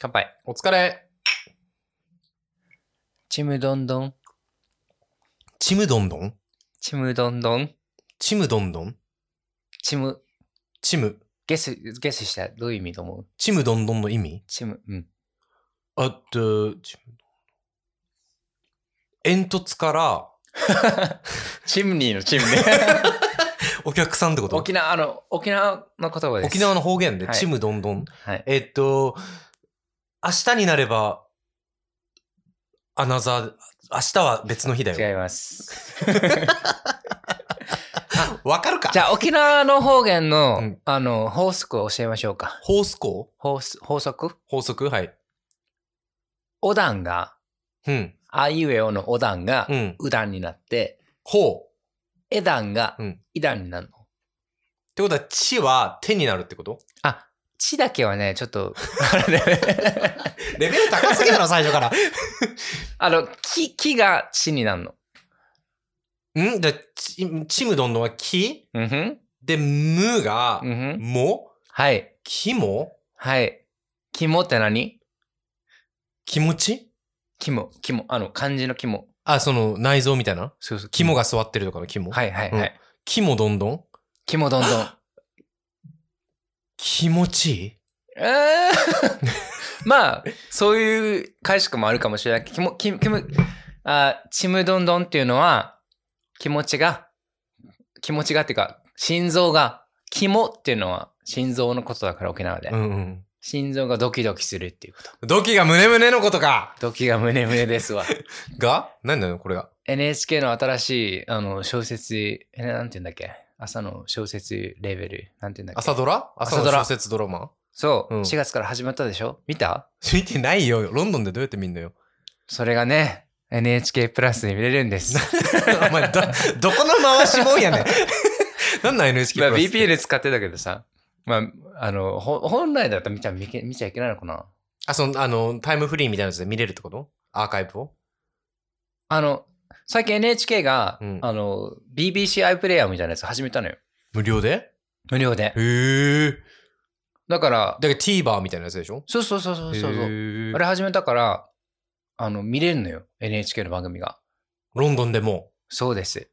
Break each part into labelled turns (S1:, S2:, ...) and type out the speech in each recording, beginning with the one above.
S1: 乾杯。お疲れ。
S2: ちむどんどん、
S1: ちむどんどん
S2: ちむどんどん、
S1: ちむどんどん
S2: ちむ、
S1: ちむ、
S2: ゲス、ゲスしたらどういう意味と思う
S1: ちむどんどんの意味
S2: ちむ、うん。
S1: あと、ちむどんどん煙突から
S2: チムニーのチムね。
S1: お客さんってこ と
S2: 沖縄の、沖縄の言葉です。
S1: 沖縄の方言で、
S2: はい
S1: ちむどんどん。
S2: はい。
S1: えっと、明日になれば、アナザー、明日は別の日だよ。
S2: 違います。
S1: わかるか
S2: じゃあ、沖縄の方言の、
S1: うん
S2: あの、法則を教えましょうか。
S1: 法則
S2: 法す法則
S1: 法則はい。
S2: お段が、
S1: うん。
S2: あいうえおのお段が
S1: う、ん。
S2: う段になって、
S1: ほう。
S2: え段が
S1: うん、
S2: い段になるの。
S1: ってことは、ちは手になるってこと
S2: あ、ちだけはね、ちょっ と、あれね
S1: レベル高すぎだろ、最初から。
S2: あの、き、きがちになるの。
S1: んじゃあ、ち、ちむどんどんはき
S2: うんふん
S1: で、むが
S2: う、んふん
S1: も
S2: はい。
S1: きも
S2: はい。肝って何
S1: 気持ち
S2: 肝、肝、あの、漢字の肝。
S1: あ、その、内臓みたいな
S2: そうそう。
S1: 肝。が座ってるとかの肝。
S2: はいはいはい。
S1: きもどんどん
S2: 肝どんどん。
S1: 気持ちいい
S2: えー まあ、そういう解釈もあるかもしれないけど、肝、肝、肝、あー、ちむどんどんっていうのは、気持ちが、気持ちがっていうか、心臓が、肝っていうのは心臓のことだから沖縄で。
S1: うんうん。
S2: 心臓がドキドキするっていうこと。
S1: ドキが胸胸のことか
S2: ドキが胸胸ですわ。
S1: が何なのこれが。
S2: NHK の新しいあの小説、えなんて言うんだっけ朝の小説レベル、なんて言うんだっけ
S1: 朝ドラ朝の
S2: 朝ドラ
S1: 小説ドラマ
S2: そう、
S1: うん
S2: 4月から始まったでしょ見た
S1: 見てないよ。ロンドンでどうやって見んのよ。
S2: それがね、NHK プラスで見れるん です。
S1: お前、ど、どこの回しもんやねん。 なんなん NHK
S2: まあ、
S1: プラスって
S2: BPL 使ってたけどさ、まあ、あの、ほ本来だったら見ちゃ見け見ちゃいけないのかな
S1: あ、その、あの、タイムフリーみたいなやつで見れるってことアーカイブを
S2: あの、最近 NHK が、
S1: うん
S2: あの、BBC アイプレイヤーみたいなやつ始めたのよ。
S1: 無料で
S2: 無料で
S1: へ。え。
S2: だから、
S1: だから TVer みたいなやつでしょ
S2: そうそうそうそうそうそう。
S1: へー
S2: あれ始めたから、あの、見れるのよ。NHK の番組が。
S1: ロンドンでも。
S2: そうです。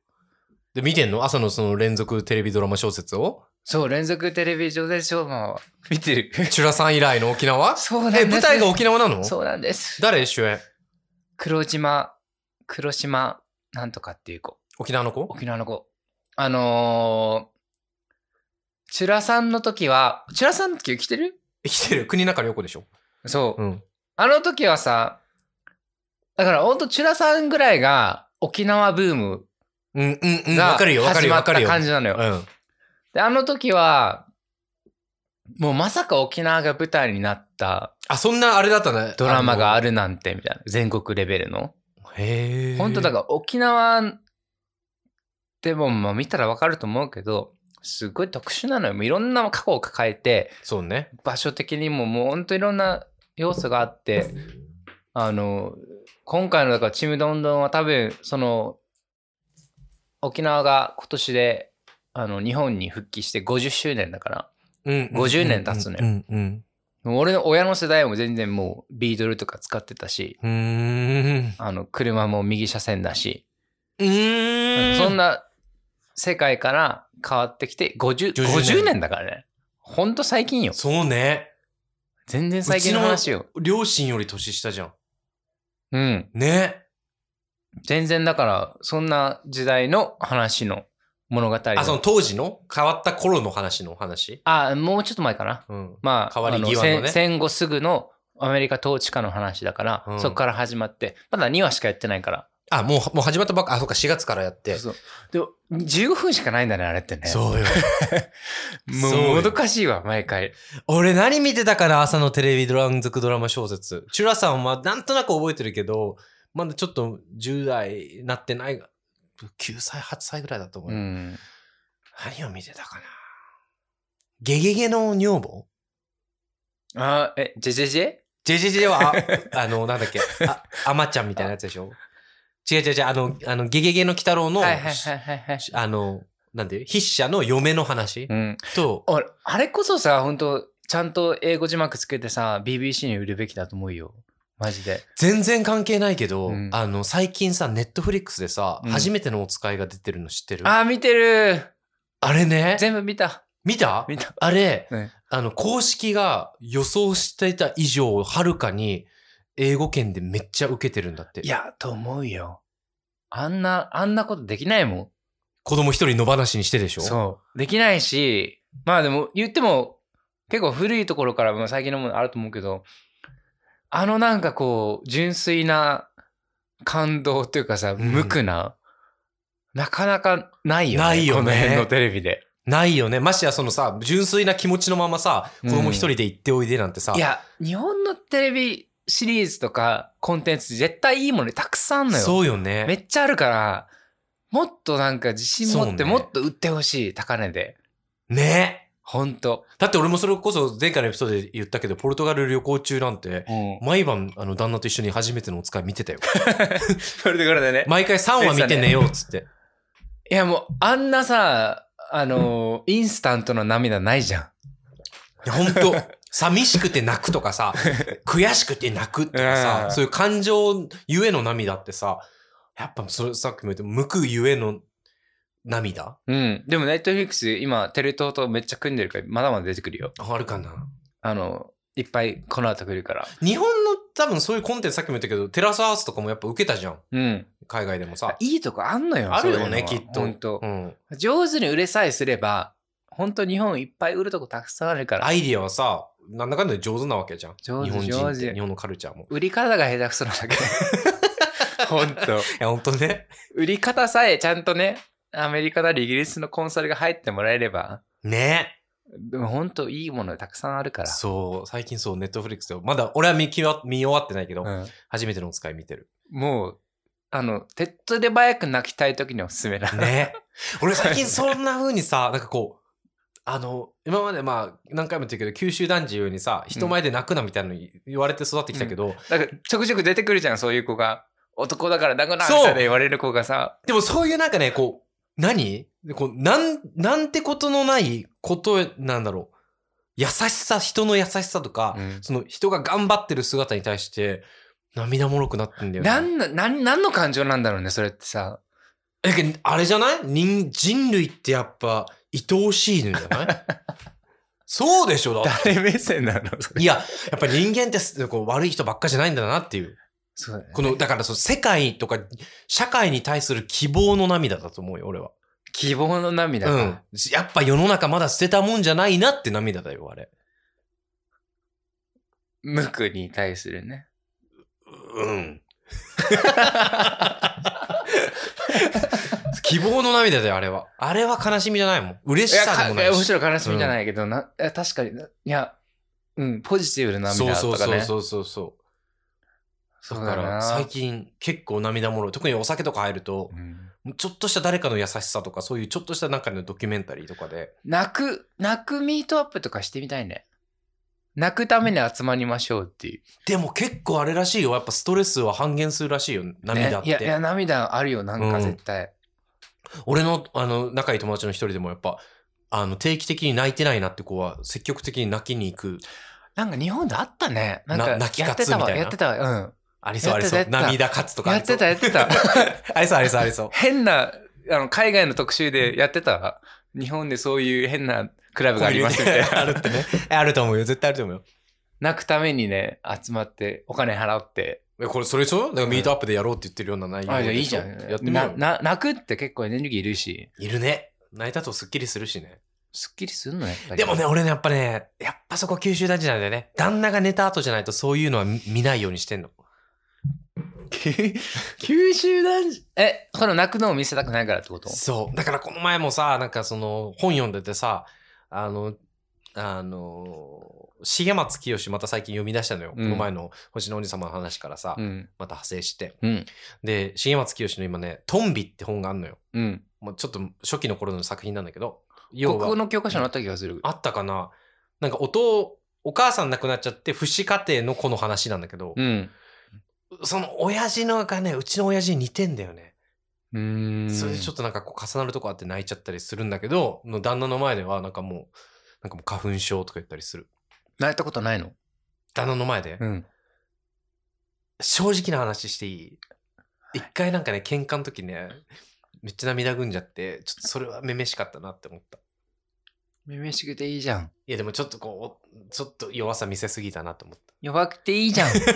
S1: で、見てんの朝のその連続テレビドラマ小説を
S2: そう、連続テレビ上でショーマンは見てる。
S1: チュラさん以来の沖縄
S2: そうなんです。
S1: え、舞台が沖縄なの
S2: そうなんです。
S1: 誰主演
S2: 黒島、黒島なんとかっていう子。
S1: 沖縄の子
S2: 沖縄の子。あのー、チュラさんの時は、チュラさんの時来てる
S1: 生きてる国中良子でしょ
S2: そう。
S1: うん。
S2: あの時はさ、だからほんとチュラさんぐらいが沖縄ブーム
S1: うんうんうん。
S2: が
S1: わかる
S2: 始
S1: よ、わかるよ、
S2: ま
S1: わ
S2: っ
S1: かる
S2: た
S1: よ。
S2: 感じなのよ。
S1: うん。
S2: で、あの時は、もうまさか沖縄が舞台になった
S1: あ、そんなあれだったね。
S2: ドラマが
S1: あ
S2: あるなんて、みたいな。全国レベルの。
S1: の。へえ。
S2: 本当だから沖縄でもまあ見たらわかると思うけど、すごい特殊なのよ。もういろんな過去を抱えて、
S1: そうね。
S2: 場所的にももう本当いろんな要素があって、あの、今回のだからちむどんどんは多分、その、沖縄が今年で、あの、日本に復帰して50周年だから、
S1: うんうんうんうん。
S2: 50年経つのよ
S1: うんうん。
S2: 俺の親の世代も全然もうビートルとか使ってたし、
S1: うーん。
S2: あの、車も右車線だし、
S1: うーん。
S2: そんな世界から変わってきて50、
S1: 50年
S2: 50年だからね。ほんと最近よ。
S1: そうね。
S2: 全然最近の話よ。
S1: 両親より年下じゃん。
S2: うん。
S1: ね。
S2: 全然だから、そんな時代の話の物語。
S1: あ、その当時の変わった頃の話の話。
S2: あもうちょっと前かな。
S1: うん。
S2: まあ、
S1: 変わり
S2: あの
S1: 際のね
S2: 戦戦後すぐのアメリカ統治下の話だから、
S1: うん
S2: そこから始まって、まだ2話しかやってないから。
S1: あ、もう、もう始まったばっか。あ、そうか、4月からやって。
S2: そうでも、15分しかないんだね、あれってね。
S1: そうよ。そ
S2: も
S1: う
S2: う、
S1: よ
S2: もどかしいわ、毎回。
S1: 俺何見てたかな朝のテレビドランドラマ小説。チュラさんはなんとなく覚えてるけど、まだちょっと10代なってないが、9歳、8歳ぐらいだと思う。
S2: うん。
S1: 何を見てたかなゲゲゲの女房
S2: あえ、ジェジェジェ
S1: ジェジェジ ェは、ああの、なんだっけ、あ、あまちゃんみたいなやつでしょ違う違う違う、あの、あの、ゲゲゲの鬼太郎の、
S2: はいはいはいはいはい。
S1: あの、なんていう筆者の嫁の話
S2: うん。
S1: と、
S2: 俺あれこそさ、本当ちゃんと英語字幕つけてさ、BBC に売るべきだと思うよ。マジで。
S1: 全然関係ないけど、
S2: うん
S1: あの、最近さ、ネットフリックスでさ、
S2: うん
S1: 初めてのお使いが出てるの知ってるあ
S2: あー、見てる
S1: れね、
S2: 全部見た。
S1: 見た
S2: 見た。
S1: あれ、
S2: ね
S1: あの、公式が予想していた以上、はるかに、英語圏でめっちゃ受けてるんだって。
S2: い、や、と思うよ。あんな、あんなことできないもん。
S1: 子供一人野放しにしてでしょ
S2: そう。できないし、まあでも言っても結構古いところからまあ最近のものあると思うけど、あのなんかこう、純粋な感動というかさ、
S1: ん
S2: 無垢な、なかなかないよね。
S1: ないよね
S2: この辺のテレビで。
S1: ないよね。ましてやそのさ、純粋な気持ちのままさ、
S2: うん
S1: 子供一人で行っておいでなんてさ、
S2: いや、日本のテレビシリーズとかコンテンツ絶対いいものねたくさんあんのよ。
S1: そうよね。
S2: めっちゃあるから、もっとなんか自信持って、
S1: そうね
S2: もっと売ってほしい、高値で。
S1: ね。
S2: ほんと。
S1: だって俺もそれこそ前回のエピソードで言ったけど、ポルトガル旅行中なんて、毎晩、あの、旦那と一緒に初めてのお使い見てたよ。
S2: それでこれでね。
S1: 毎回3話見て寝ようっつ って。
S2: いやもう、あんなさ、あのー、インスタントの涙ないじゃん。
S1: いや、ほんと、寂しくて泣くと かさ、悔しくて泣くとかさ
S2: う、ん
S1: そういう感情ゆえの涙ってさ、やっぱそれさっきも言った、無垢ゆえの涙
S2: うん。でも、ネットフリックス、今、テレ東とめっちゃ組んでるから、まだまだ出てくるよ。
S1: あるかな
S2: あの、いっぱいこの後来るから。
S1: 日本の多分そういうコンテンツさっきも言ったけど、テラスハウスとかもやっぱ受けたじゃん。
S2: うん。
S1: 海外でもさ。
S2: いいとこあんのよ。
S1: あるよね
S2: そういうのは
S1: きっと
S2: ほんと。
S1: うん。
S2: 上手に売れさえすれば、ほんと日本いっぱい売るとこたくさんあるから
S1: ア。イディアはさ、なんだかんだで上手なわけじゃん。
S2: 上手
S1: 日本人っ
S2: 上
S1: て。
S2: 手
S1: 日本のカルチャーも。
S2: 売り方が下手くそなだけ。 ほんと。
S1: いや、ほんとね。
S2: 売り方さえちゃんとね、アメリカなりイギリスのコンサルが入ってもらえれば、
S1: ね
S2: でもほんといいものたくさんあるから。
S1: そう、最近そう、ネットフリックスで、まだ俺は見きわ見終わってないけど、
S2: うん
S1: 初めてのお使い見てる。
S2: もう、あの、手っ取り早く泣きたい時におすすめな。
S1: ね俺最近そんな風にさ、なんかこう、あの、今までまあ、何回も言ってるけど、九州男児ようにさ、人前で泣くなみたいなの言われて育ってきたけど、
S2: だから、ちょくちょく出てくるじゃん、そういう子が。男だから泣くな、みたいな言われる子がさ。
S1: でもそういうなんかね、こう、何こうなん、なんてことのないことなんだろう。優しさ、人の優しさとか、
S2: うん
S1: その人が頑張ってる姿に対して、涙もろくなってんだよね。
S2: なんな、なん、なんの感情なんだろうね、それってさ。
S1: だけどあれじゃない人、人類ってやっぱ、愛おしいのじゃ ないそうでしょだって
S2: 誰目線なのそれ
S1: いや、やっぱり人間ってすこう悪い人ばっかじゃないんだなっていう。
S2: そうだね
S1: この、だからその世界とか、社会に対する希望の涙だと思うよ、俺は。
S2: 希望の涙
S1: う
S2: が。
S1: ん。やっぱ世の中まだ捨てたもんじゃないなって涙だよ、あれ。
S2: 無垢に対するね。
S1: うん。 希望の涙だよ、あれは。あれは悲しみじゃないもん。嬉
S2: い
S1: し
S2: や、
S1: さ
S2: か
S1: で
S2: い
S1: もな
S2: や
S1: い
S2: む
S1: し。
S2: しろ悲しみじゃないけど、な、いや確かに、いや、うん、ポジティブな
S1: そう
S2: 涙
S1: そ
S2: と
S1: う
S2: か
S1: そう
S2: ね。
S1: そうそうそう。
S2: そ
S1: だから最近結構涙もろい。特にお酒とか入ると
S2: う、ん
S1: ちょっとした誰かの優しさとか、そういうちょっとした中のドキュメンタリーとかで、
S2: 泣く、泣くミートアップとかしてみたいね。泣くために集まりましょうっていう。
S1: でも結構あれらしいよ。やっぱストレスは半減するらしいよ。涙っ
S2: ねい
S1: て。
S2: や、いや、涙あるよ、なん
S1: う
S2: か
S1: ん
S2: 絶対。
S1: 俺の、あの、仲いい友達の一人でもやっぱ、あの、定期的に泣いてないなって子は積極的に泣きに行く。
S2: なんか日本であったね。なん
S1: な
S2: か、
S1: 泣き
S2: やって
S1: 活
S2: た
S1: みた
S2: わ、
S1: いな
S2: やってたわ。
S1: ありそう、
S2: や
S1: あ
S2: っ
S1: り
S2: て
S1: そ
S2: た
S1: う。涙勝つ
S2: う
S1: と
S2: ん。
S1: かあ
S2: や
S1: り
S2: っ
S1: そ
S2: て
S1: う。
S2: た、やってた。
S1: ありそう、ありそう、ありそう。
S2: 変な、あの、海外の特集でやってたわ。日本でそういう変なクラブがありますみたい
S1: ある
S2: な
S1: っ。てね。 えあると思うよ。絶対あると思うよ
S2: 泣くためにね、集まって、お金払って。
S1: え。これ、それでしょだからミートアップでやろうって言ってるような内容
S2: あ、じゃあ
S1: で
S2: いい
S1: し
S2: じ
S1: ょ
S2: ゃん。
S1: やってみようよ
S2: なな泣くって結構エネルギーいるし、
S1: いるね。泣いたとスッキリするしね。
S2: すっきりすんのやっぱり。
S1: でもね、、俺ね、やっぱね、やっぱそこ九州男児なんだよね。旦那が寝た後じゃないとそういうのは見見ないようにしてんの。
S2: 九州男児えこの泣くのを見せたくないからってこと
S1: そう。だからこの前もさ、なんかその本読んでてさ、あの、あの、重松清また最近読み出したのよ。
S2: うん
S1: この前の星の王子様の話からさ、
S2: うん
S1: また派生して。
S2: うん
S1: で、重松清の今ね、トンビって本があんのよ。
S2: うん
S1: もうちょっと初期の頃の作品なんだけど、
S2: 国
S1: 要
S2: 語
S1: は、
S2: の教科書にあった気がする
S1: あったかななんかお父、お母さん亡くなっちゃって、不死家庭の子の話なんだけど
S2: う、ん
S1: その親父のがね、うちの親父に似てんだよね。
S2: うーん
S1: それでちょっとなんかこう重なるとこあって泣いちゃったりするんだけど、の旦那の前ではなんかもう、なんかもう花粉症とか言ったりする。
S2: 泣いたことないの
S1: 旦那の前で、
S2: うん。
S1: 正直な話していい一回なんかね喧嘩の時ねめっちゃ涙ぐんじゃってちょっとそれはめめしかったなって思った
S2: めめしくていいじゃん。
S1: いやでもちょっとこうちょっと弱さ見せすぎたなと思っ
S2: 弱くていいじゃん。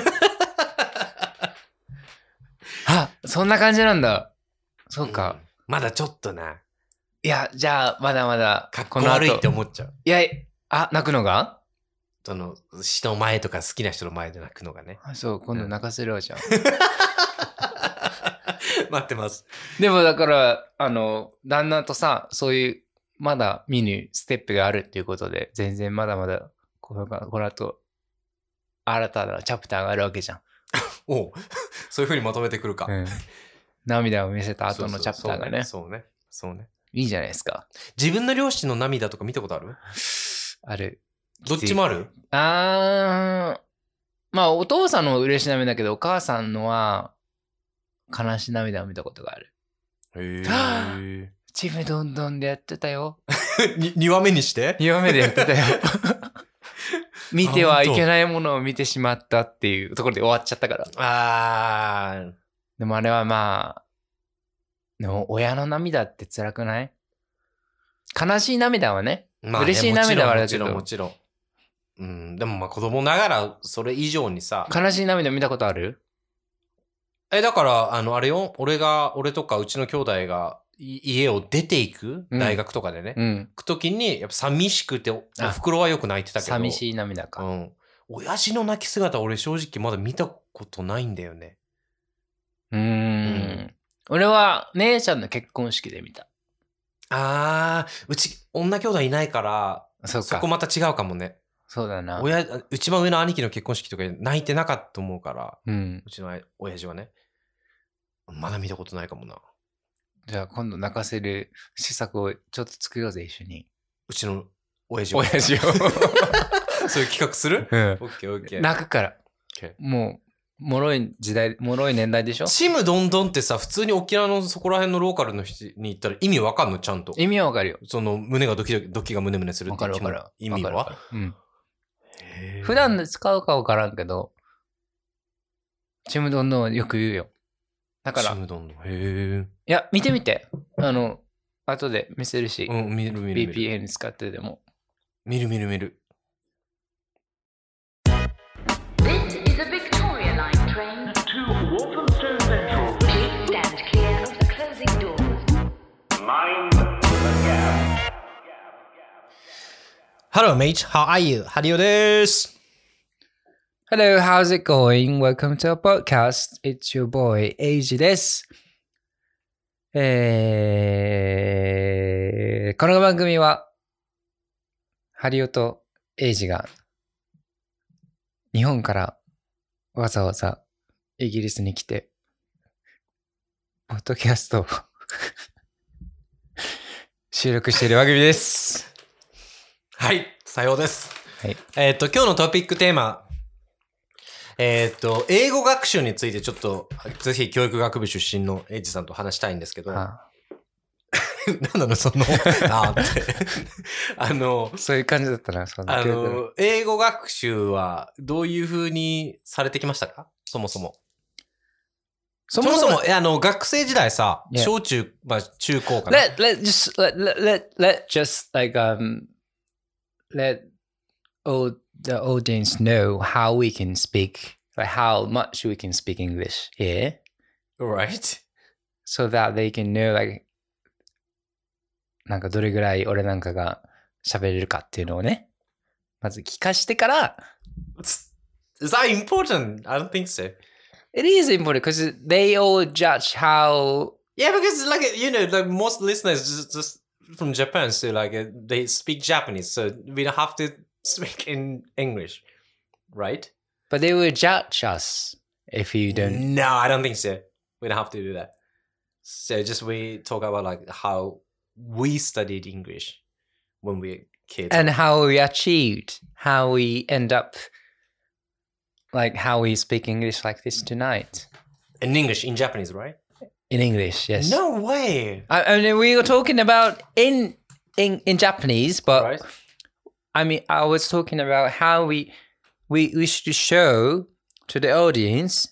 S2: あ、そんな感じなんだ。
S1: た
S2: そうか。
S1: んまだちょっとない
S2: や、じゃあ、まだまだ、
S1: かっこ悪いって
S2: この後
S1: 思っちゃう
S2: いや、あ、泣くのが
S1: その人の前とか好きな人の前で泣くの がね
S2: あそう、今度泣かせるわじゃん。
S1: 待ってます
S2: でもだから、あの、旦那とさ、そういう、まだ見ぬステップがあるっていうことで、全然まだまだ、このこの後、新たなチャプターがあるわけじゃん。
S1: おう そういうふうにまとめてくるか、
S2: うん涙を見せた
S1: そう
S2: 後
S1: そ
S2: の
S1: う
S2: チャプターがね、
S1: そうねそうね
S2: いいじゃないですか。
S1: 自分の両親の涙とか見たことある
S2: ある。
S1: どっちもある
S2: あー、まあ、お父さんの嬉し涙だけど、お母さんのは、悲し涙を見たことがある。
S1: へ
S2: ーちむどんどんでやってたよ。
S1: 2話目にして
S2: 2話目でや ってたよ。見てはいけないものを見てしまったっていうところで終わっちゃったから。
S1: あー
S2: でもあれはまあ、でも親の涙って辛くない悲しい涙はね、
S1: まあね
S2: 嬉しい涙はあれだけど
S1: もちろんもちろんもちろんうんでもまあ子供ながらそれ以上にさ
S2: 悲しい涙見たことある
S1: えだからあのあれよ俺が俺とかうちの兄弟がい家を出ていく
S2: うん
S1: 大学とかでね、
S2: うん。
S1: 行く時にやっぱ寂しくてお
S2: あ
S1: お袋はよく泣いてたけど
S2: 寂
S1: い
S2: しい涙か。
S1: うん親父の泣き姿俺正直まだ見たことないんだよね
S2: うー。
S1: うん
S2: 俺は姉ちゃんの結婚式で見た。
S1: あーうち女兄弟いないから
S2: そう
S1: そ
S2: か
S1: こ。また違うかもね
S2: そうだな。
S1: 親一番上の兄貴の結婚式とか泣いてなかったと思うから
S2: うん。
S1: うちの親父はねまだ見たことないかもな
S2: じゃあ今度泣かせる施策をちょっと作ろうぜ、一緒に。
S1: うちの親父は
S2: 親父を。
S1: そういう企画する
S2: うん。
S1: オッケーオッケー
S2: 泣くから。
S1: OK
S2: もう、脆い時代、脆い年代でしょ
S1: チムどんどんってさ普通に沖縄のそこら辺のローカルの人に言ったら意味わかんのちゃんと
S2: 意味はわかるよ。
S1: その胸がドキドキ、ドキが胸胸する
S2: わ
S1: って
S2: か
S1: いう
S2: るわ
S1: 気持
S2: かる。
S1: ち意味
S2: わか
S1: は
S2: るわかるうん。
S1: へー
S2: 普段で使うかわからんけど、ちむどんどんよく言うよ。だから、
S1: ち
S2: い
S1: むどんどんへ
S2: や、見てみて。あの、後で見せるし
S1: え。、うん、見る見る見る。
S2: BPN 使ってでも。
S1: 見る見る見る。
S3: This is a Victoria Line train.
S4: to Walthamstow Central.
S3: Please stand clear of the closing doors.
S4: Mind the gap.
S1: ハローメイチ、How are you? ハリオです。
S2: Hello, how's it going? Welcome to our podcast. It's your boy, Age です。えー、この番組は、ハリオとエイジが、日本からわざわざイギリスに来て、ポッドキャストを 収録している番組 です。
S1: はい、さようです。
S2: はい。
S1: えっと、今日のトピックテーマ。えっと、英語学習についてちょっと、ぜひ教育学部出身のエイジさんと話したいんですけど、なん
S2: あ
S1: なのその、あーって。あの、
S2: そういう感じだったな、そんな
S1: あの、英語学習はどういうふうにされてきましたかそもそも。
S2: そ
S1: そもそも、えあの、学生時代さ、
S2: Yeah.
S1: 小中、まあ、中高かな。
S2: let let just let let let, let just like um let all the audience know how we can speak like how much we can speak english here
S1: right?
S2: so that they can know like なんかどれぐらい俺なんかが喋れるかっていうのをねまず聞かしてから
S1: Is that important? I don't think so.
S2: it is important because they all judge how
S1: Yeah, because like, you know, like most listeners just, just from Japan, so like uh, they speak Japanese, so we don't have to speak in English, right?
S2: but they will judge us if you don't
S1: No, I don't think so. We don't have to do that. So just we talk about like how we studied English when we were kids.
S2: and how we achieved, how we end up, like how we speak English like this tonight
S1: in English, in Japanese, right?
S2: in English. Yes.
S1: No way.
S2: Uh, I, I mean, we were talking about in in in Japanese, but
S1: Right?
S2: I mean, I was talking about how we we we should show to the audience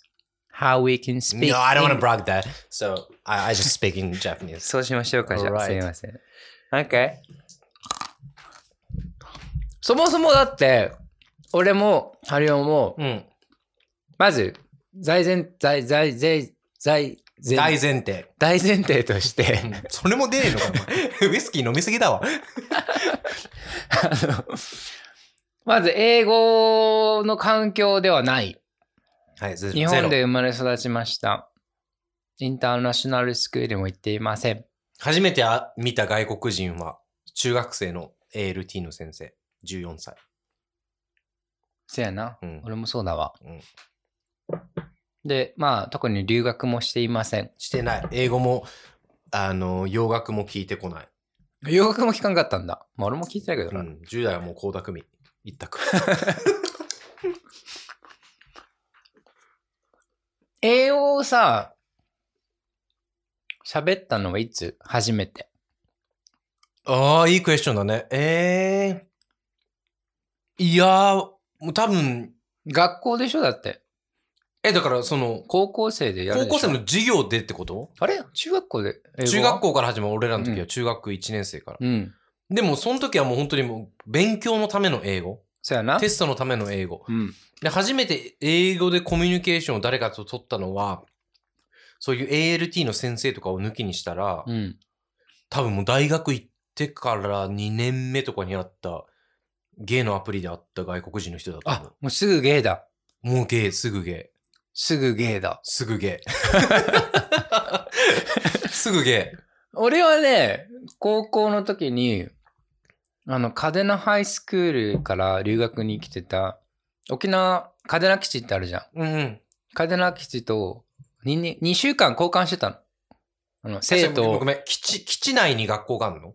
S2: how we can speak.
S1: No, I don't want to
S2: Eng-
S1: brag that. So I, I just speak in Japanese.
S2: そうしましょうか、じゃあ。
S1: Alright.
S2: すいません。Okay. そもそもだって、俺も、ハリオンも、
S1: うん。
S2: まず、財前、財、財、財、財、財
S1: 大前提。
S2: 大前提として、
S1: それも出ねえのか、お前 ウイスキー飲みすぎだ
S2: あ
S1: わ。
S2: のまず英語の環境ではない。
S1: はい、ゼロ
S2: 日本で。生まれ育ちました。インターナショナルスクールも行っていません。
S1: 初めてあ見た外国人は、中学生の ALT の先生、14歳。
S2: せやな。
S1: うん
S2: 俺もそうだわ。
S1: うん
S2: で、まあ、特に留学もしていません。
S1: してない。英語も、あの、洋楽も聞いてこない。
S2: 留学も聞かんかったんだ。まあ、俺も聞いてたけど
S1: う
S2: な。
S1: ん。10代はもう高田組一択。
S2: 英語をさ、喋ったのはいつ初めて。
S1: ああ、いいクエスチョンだね。ええいやー、もう多分、
S2: 学校でしょだって。
S1: え、だからその、
S2: 高校生でやるで
S1: 高
S2: しょ
S1: 校生の授業でってこと
S2: あれ中学校で英語は
S1: 中学校から始まる俺らの時は中学1年生から。
S2: うん。
S1: でも、その時はもう本当にもう、勉強のための英語。
S2: そうやな。
S1: テストのための英語。
S2: うん。
S1: で、初めて英語でコミュニケーションを誰かと取ったのは、そういう ALT の先生とかを抜きにしたら、
S2: うん。
S1: 多分もう大学行ってから2年目とかにあった、ゲイのアプリで会った外国人の人だった
S2: あ、もうすぐゲイだ。
S1: もうゲイ、すぐゲイ。
S2: すぐゲイだ。
S1: す ぐゲイ。すぐゲイ。
S2: 俺はね、高校の時に、あの、嘉手納ハイスクールから留学に来てた、沖縄、嘉手納基地ってあるじゃん。
S1: うんうん。
S2: 嘉手納基地と 2, 2週間交換してたの。あの、生
S1: ごめん
S2: 徒
S1: ご、めん、基地、基地内に学校があるの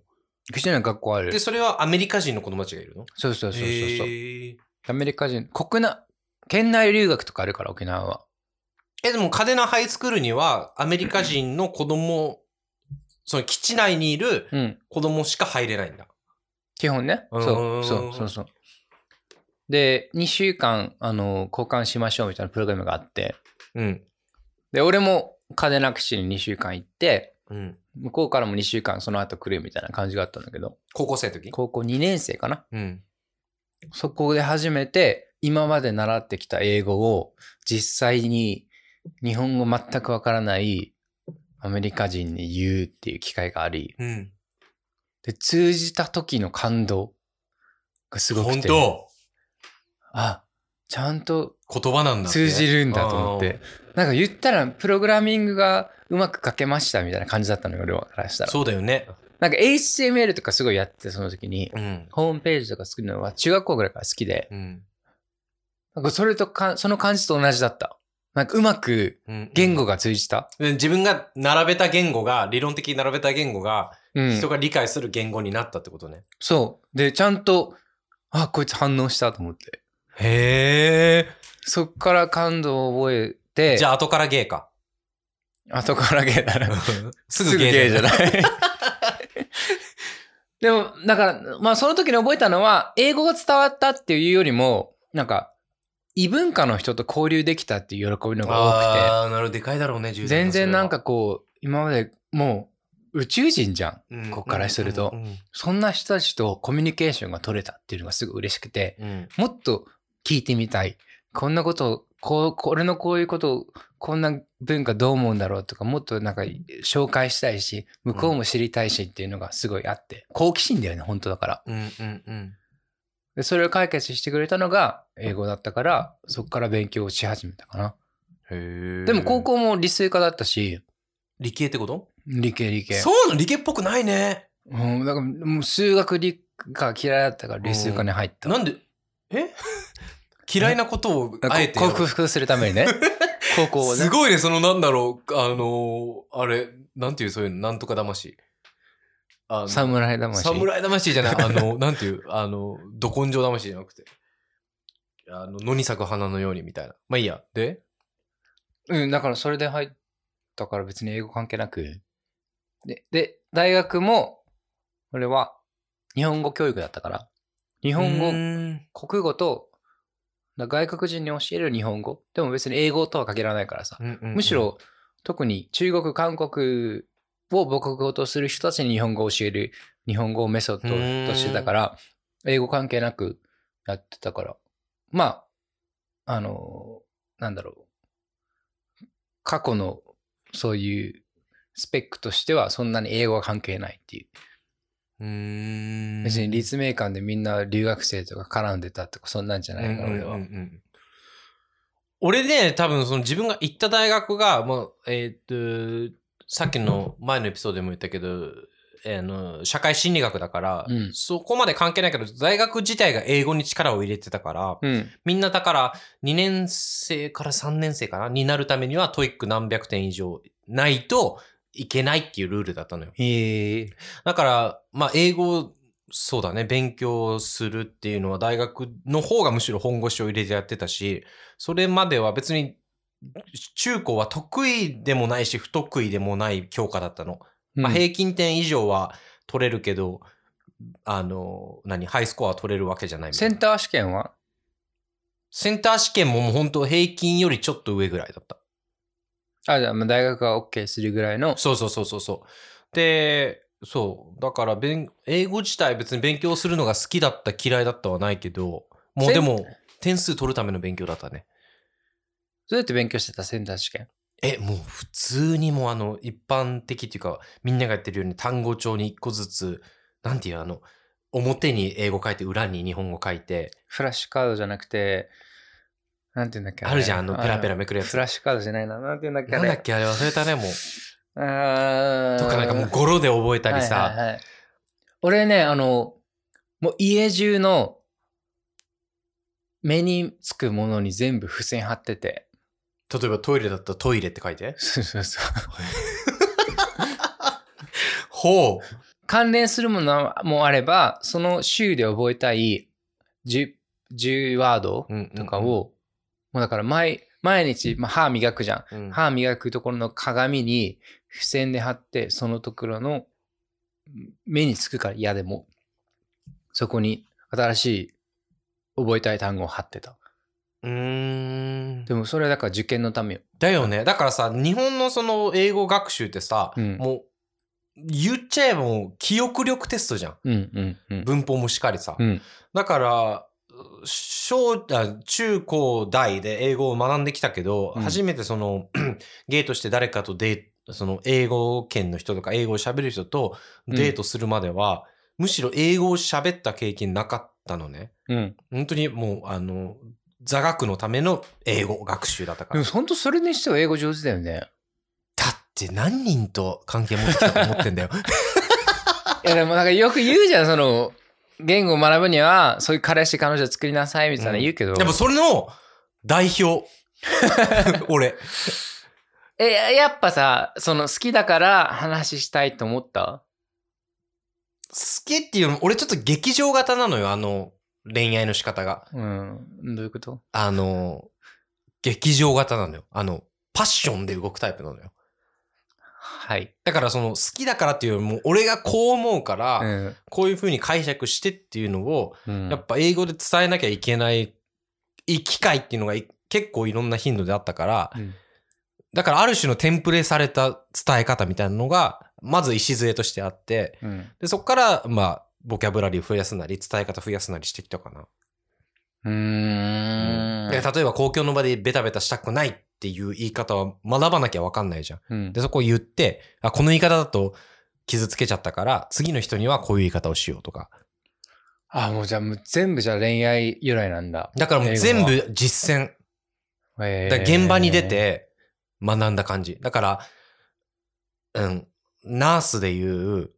S2: 基地の学校ある
S1: で、。それはアメリカ人の子供たちがいるの
S2: そうそうそうそうそう。
S1: へー
S2: アメリカ人、国内、県内留学とかあるから、沖縄は。
S1: え、でも、カデナハイスクールには、アメリカ人の子供、その基地内にいる
S2: うん。
S1: 子供しか入れないんだ。
S2: 基本ね。
S1: う
S2: そ
S1: ん
S2: う、そう、そうそう。で、2週間、あの、交換しましょうみたいなプログラムがあって、
S1: うん。
S2: で、俺も嘉手納基地に2週間行って、
S1: うん。
S2: 向こうからも2週間その後来るみたいな感じがあったんだけど、
S1: 高校生の時
S2: 高校2年生かな。
S1: うん。
S2: そこで初めて今まで習ってきた英語を実際に日本語全くわからないアメリカ人に言うっていう機会があり、
S1: うん。
S2: で、通じた時の感動がすごく
S1: 本
S2: て、
S1: 当
S2: あ、ちゃんと
S1: 言葉なんだ、ね。
S2: 通じるんだと思って、なんか言ったらプログラミングがうまく書けましたみたいな感じだったのよ、俺はからした
S1: あー。
S2: ら。
S1: そうだよね。
S2: なんか HTML とかすごいやってて、その時に。
S1: うん。
S2: ホームページとか作るのは中学校ぐらいから好きで、
S1: うん。
S2: なんかそれとか、その感じと同じだった。なんかうまく
S1: うん
S2: 言語が通じた。
S1: で自分が並べた言語が、理論的に並べた言語が、
S2: うん。
S1: 人が理解する言語になったってことね。
S2: そう。で、ちゃんと、あ、こいつ反応したと思って。
S1: へ
S2: そっから感動を覚えて、
S1: じゃあ、後からゲ イか。
S2: あ、後からゲーだな。
S1: すぐゲイ
S2: じゃない。でも、だから、まあその時に覚えたのは、英語が伝わったっていうよりも、なんか、異文化の人と交流できたっていう喜びの方が多くて。
S1: ああ、なるほど。でかいだろうね、10代の
S2: 全然なんか、こう今までもう宇宙人じゃん
S1: それは
S2: こっからすると
S1: うんうんうん
S2: そんな人たちとコミュニケーションが取れたっていうのがすごい嬉しくて
S1: うん
S2: もっと聞いてみたいこんなことをこうこれのこういうことをこんな文化どう思うんだろうとかもっとなんか紹介したいし向こうも知りたいしっていうのがすごいあって好奇心だよね本当だから
S1: うんうんうん。
S2: でそれを解決してくれたのが英語だったからそこから勉強をし始めたかな
S1: へえ。
S2: でも高校も理数科だったし
S1: 理系ってこと
S2: 理系理系
S1: そうなの理系っぽくないね。
S2: うん、だからもう数学理科嫌いだったから理数科に入った。
S1: なんで、 え嫌いなことを
S2: こ
S1: あえてやる。
S2: 克服するために ね。高校をね。
S1: すごいね、そのなんだろう、あのー、あれ、なんていう、そういうの、なんとか魂。あの
S2: 侍魂。
S1: 侍魂 じゃない、あの、なんていう、あの、ど根性魂じゃなくて。あの、野に咲く花のようにみたいな。まあいいや。で
S2: うん、だからそれで入ったから別に英語関係なく。で、で、大学も、俺は日本語教育だったから、日本
S1: う
S2: 語、
S1: ーん
S2: 国語と、だ外国人に教える日本語。でも別に英語とは限らないからさ。
S1: うんうんうん
S2: むしろ、特に中国、韓国を母国語とする人たちに日本語を教える日本語をメソッドとしてたから、英語関係なくやってたから。まあ、あの、なんだろう。過去のそういうスペックとしてはそんなに英語は関係ないっていう。
S1: うーん
S2: 別に立命館でみんな留学生とか絡んでたとかそんなんじゃないから俺は。
S1: うんうんうんうん俺ね、多分その自分が行った大学が、まあ、えーっと、さっきの前のエピソードでも言ったけど、えーあの社会心理学だから、
S2: うん
S1: そこまで関係ないけど、大学自体が英語に力を入れてたから、
S2: うん。
S1: みんなだから2年生から3年生かなになるためにはトイック何百点以上ないといけないっていうルールだったのよ。
S2: へえ。
S1: だから、まあ、英語、そうだね、勉強するっていうのは大学の方がむしろ本腰を入れてやってたし、それまでは別に中高は得意でもないし不得意でもない教科だったの。まあ、平均点以上は取れるけど、あの、何、ハイスコアは取れるわけじゃないみた
S2: セ
S1: いな
S2: ンター試験は
S1: センター試験ももう本当平均よりちょっと上ぐらいだった。
S2: あ、じゃあまあ大学が OK するぐらいの。
S1: そうそうそうそうそう。で、そう。だから勉、英語自体別に勉強するのが好きだった嫌いだったはないけど、もう
S2: せん
S1: でも、点数取るための勉強だったね。
S2: どうやって勉強してたセンター試験
S1: え、もう普通にもうあの、一般的っていうか、みんながやってるように単語帳に一個ずつ、なんていうあの、表に英語書いて、裏に日本語書いて、
S2: フラッシュカードじゃなくて、なんて言うんだっけ
S1: あるじゃん、あの、ペラペラ
S2: め
S1: めくるや
S2: フ
S1: つ。
S2: ラッシュカードじゃないな。なんて言うんだっけ
S1: なんだっけ、あれ忘れたね、もう。
S2: あれあー
S1: とかなんかもう語呂で覚えたり
S2: はい
S1: さ。
S2: はいはい俺ね、あの、もう家中の目につくものに全部付箋貼ってて。
S1: 例えばトイレだったらトイレって書いて。
S2: そうそうそう。
S1: ほう。
S2: 関連するものもあれば、その週で覚えたい 10, 10ワード
S1: うんうんうん
S2: とかを、もうだから毎毎日、まあ、歯磨くじゃん。
S1: うん
S2: 歯磨くところの鏡に付箋で貼って、そのところの目につくから嫌でも、そこに新しい覚えたい単語を貼ってた。
S1: うーん
S2: でもそれはだから受験のためよ。
S1: だよね。だからさ、日本のその英語学習ってさ、
S2: うん
S1: もう、言っちゃえばもう記憶力テストじゃん。
S2: うんうんうん。
S1: 文法もしっかりさ。
S2: うん
S1: だから、小、あ中高大で英語を学んできたけど、
S2: うん
S1: 初めてその、 ゲートして誰かとデート、その英語圏の人とか英語を喋る人とデートするまでは、むしろ英語を喋った経験なかったのね。
S2: うん。
S1: 本当にもう、あの、座学のための英語学習だったから
S2: でも。本当それにしては英語上手だよね。
S1: だって何人と関係持ってきたと思ってん だよ。
S2: いやでもなんかよく言うじゃん、その、言語を学ぶには、そういう彼氏彼女作りなさいみたいな言うけど。
S1: でもそれの代表。 俺。
S2: え、ややっぱさ、その好きだから話したいと思った
S1: 好きっていうの、俺ちょっと劇場型なのよ、あの、恋愛の仕方が。
S2: うん。どういうこと
S1: あの、劇場型なのよ。あの、パッションで動くタイプなのよ。
S2: はい。
S1: だからその好きだからっていうよりも、俺がこう思うから、
S2: うん。
S1: こういう風に解釈してっていうのを、
S2: うん
S1: やっぱ英語で伝えなきゃいけないい機会っていうのがい結構いろんな頻度であったから、
S2: うん
S1: だからある種のテンプレされた伝え方みたいなのが、まず礎としてあって、
S2: うん。
S1: で、そこから、まあ、ボキャブラリーを増やすなり、伝え方増やすなりしてきたかな。
S2: う
S1: で
S2: ーん。
S1: 例えば公共の場でベタベタしたくないっていう言い方は学ばなきゃわかんないじゃん。
S2: うん
S1: で、そこを言って、あ、この言い方だと傷つけちゃったから、次の人にはこういう言い方をしようとか。
S2: あ、もうじゃあもう全部じゃあ恋愛由来なんだ。
S1: だからもう全部実践。
S2: え
S1: だから現場に出。て学んだ感じ。だから、うん、ナースでいう、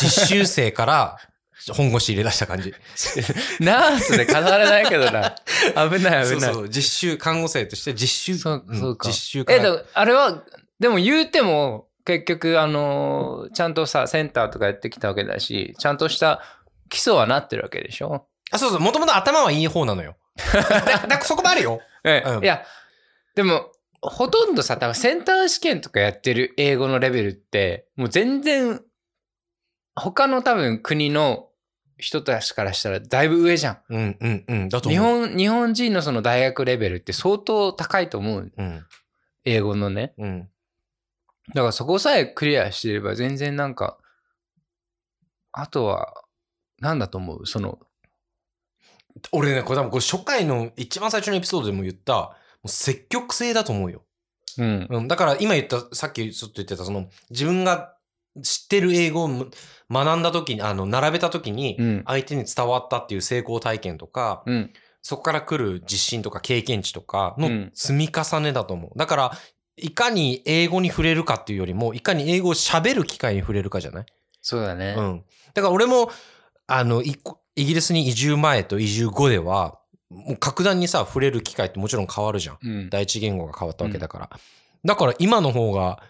S1: 実習生から 本腰入れ出した感じ。
S2: ナースで語れないけどな。 危ない
S1: そ
S2: 危
S1: う
S2: ない
S1: そ。う、実習、看護生として実習、
S2: そう
S1: うん
S2: そうか
S1: 実習から
S2: え、でもあれは、でも言うても、結局、あのーちゃんとさ、センターとかやってきたわけだし、ちゃんとした基礎はなってるわけでしょ
S1: あ、そうそう、もともと頭はいい方なのよ。だ だからそこもあるよ。
S2: ええ
S1: うん
S2: いや、でも、ほとんどさ、多分センター試験とかやってる英語のレベルって、もう全然、他の多分国の人たちからしたらだいぶ上じゃん。
S1: うんうんうん。だと
S2: 日
S1: 思う。
S2: 本、日本人のその大学レベルって相当高いと思う。
S1: うん
S2: 英語のね。
S1: うん。
S2: だからそこさえクリアしてれば全然なんか、あとは、なんだと思うその、
S1: 俺ね、これ多分これ初回の一番最初のエピソードでも言った、もう積極性だと思うよ。
S2: うん。
S1: うん。だから今言った、さっきちょっと言ってた、その、自分が知ってる英語をむ学んだ時に、あの、並べた時に
S2: う、ん。
S1: 相手に伝わったっていう成功体験とか、
S2: うん。
S1: そこから来る自信とか経験値とか
S2: う
S1: の
S2: ん
S1: 積み重ねだと思う。だから、いかに英語に触れるかっていうよりも、いかに英語を喋る機会に触れるかじゃない
S2: そうだね。
S1: うん。だから俺も、あの、いこイギリスに移住前と移住後では、もう格段にさ、触れる機会ってもちろん変わるじゃん。
S2: うん。
S1: 第一言語が変わったわけだから。だから今の方が、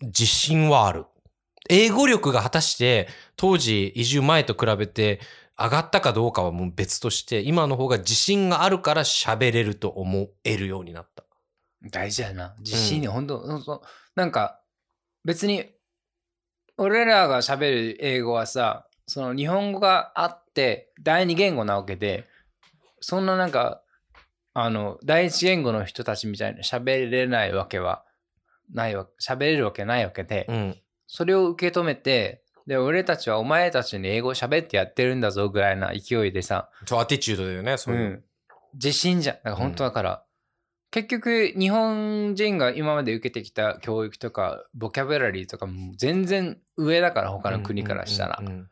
S1: 自信はある。英語力が果たして、当時移住前と比べて上がったかどうかはもう別として、今の方が自信があるから喋れると思えるようになった。
S2: 大事やな。自信に、本当ほんと、なんか、別に、俺らが喋る英語はさ、その日本語があって、第二言語なわけで、そんななんか、あの、第一言語の人たちみたいな喋れないわけは、ないわ、喋れるわけないわけで、
S1: うん。
S2: それを受け止めて、で、俺たちはお前たちに英語喋ってやってるんだぞぐらいな勢いでさ、
S1: そう、アティチュードだよね、そう
S2: う
S1: いう。
S2: ん、自信じゃんだから本当だから、結局日本人が今まで受けてきた教育とかボキャブラリーとかも全然上だから他の国からしたら、
S1: うんうんうん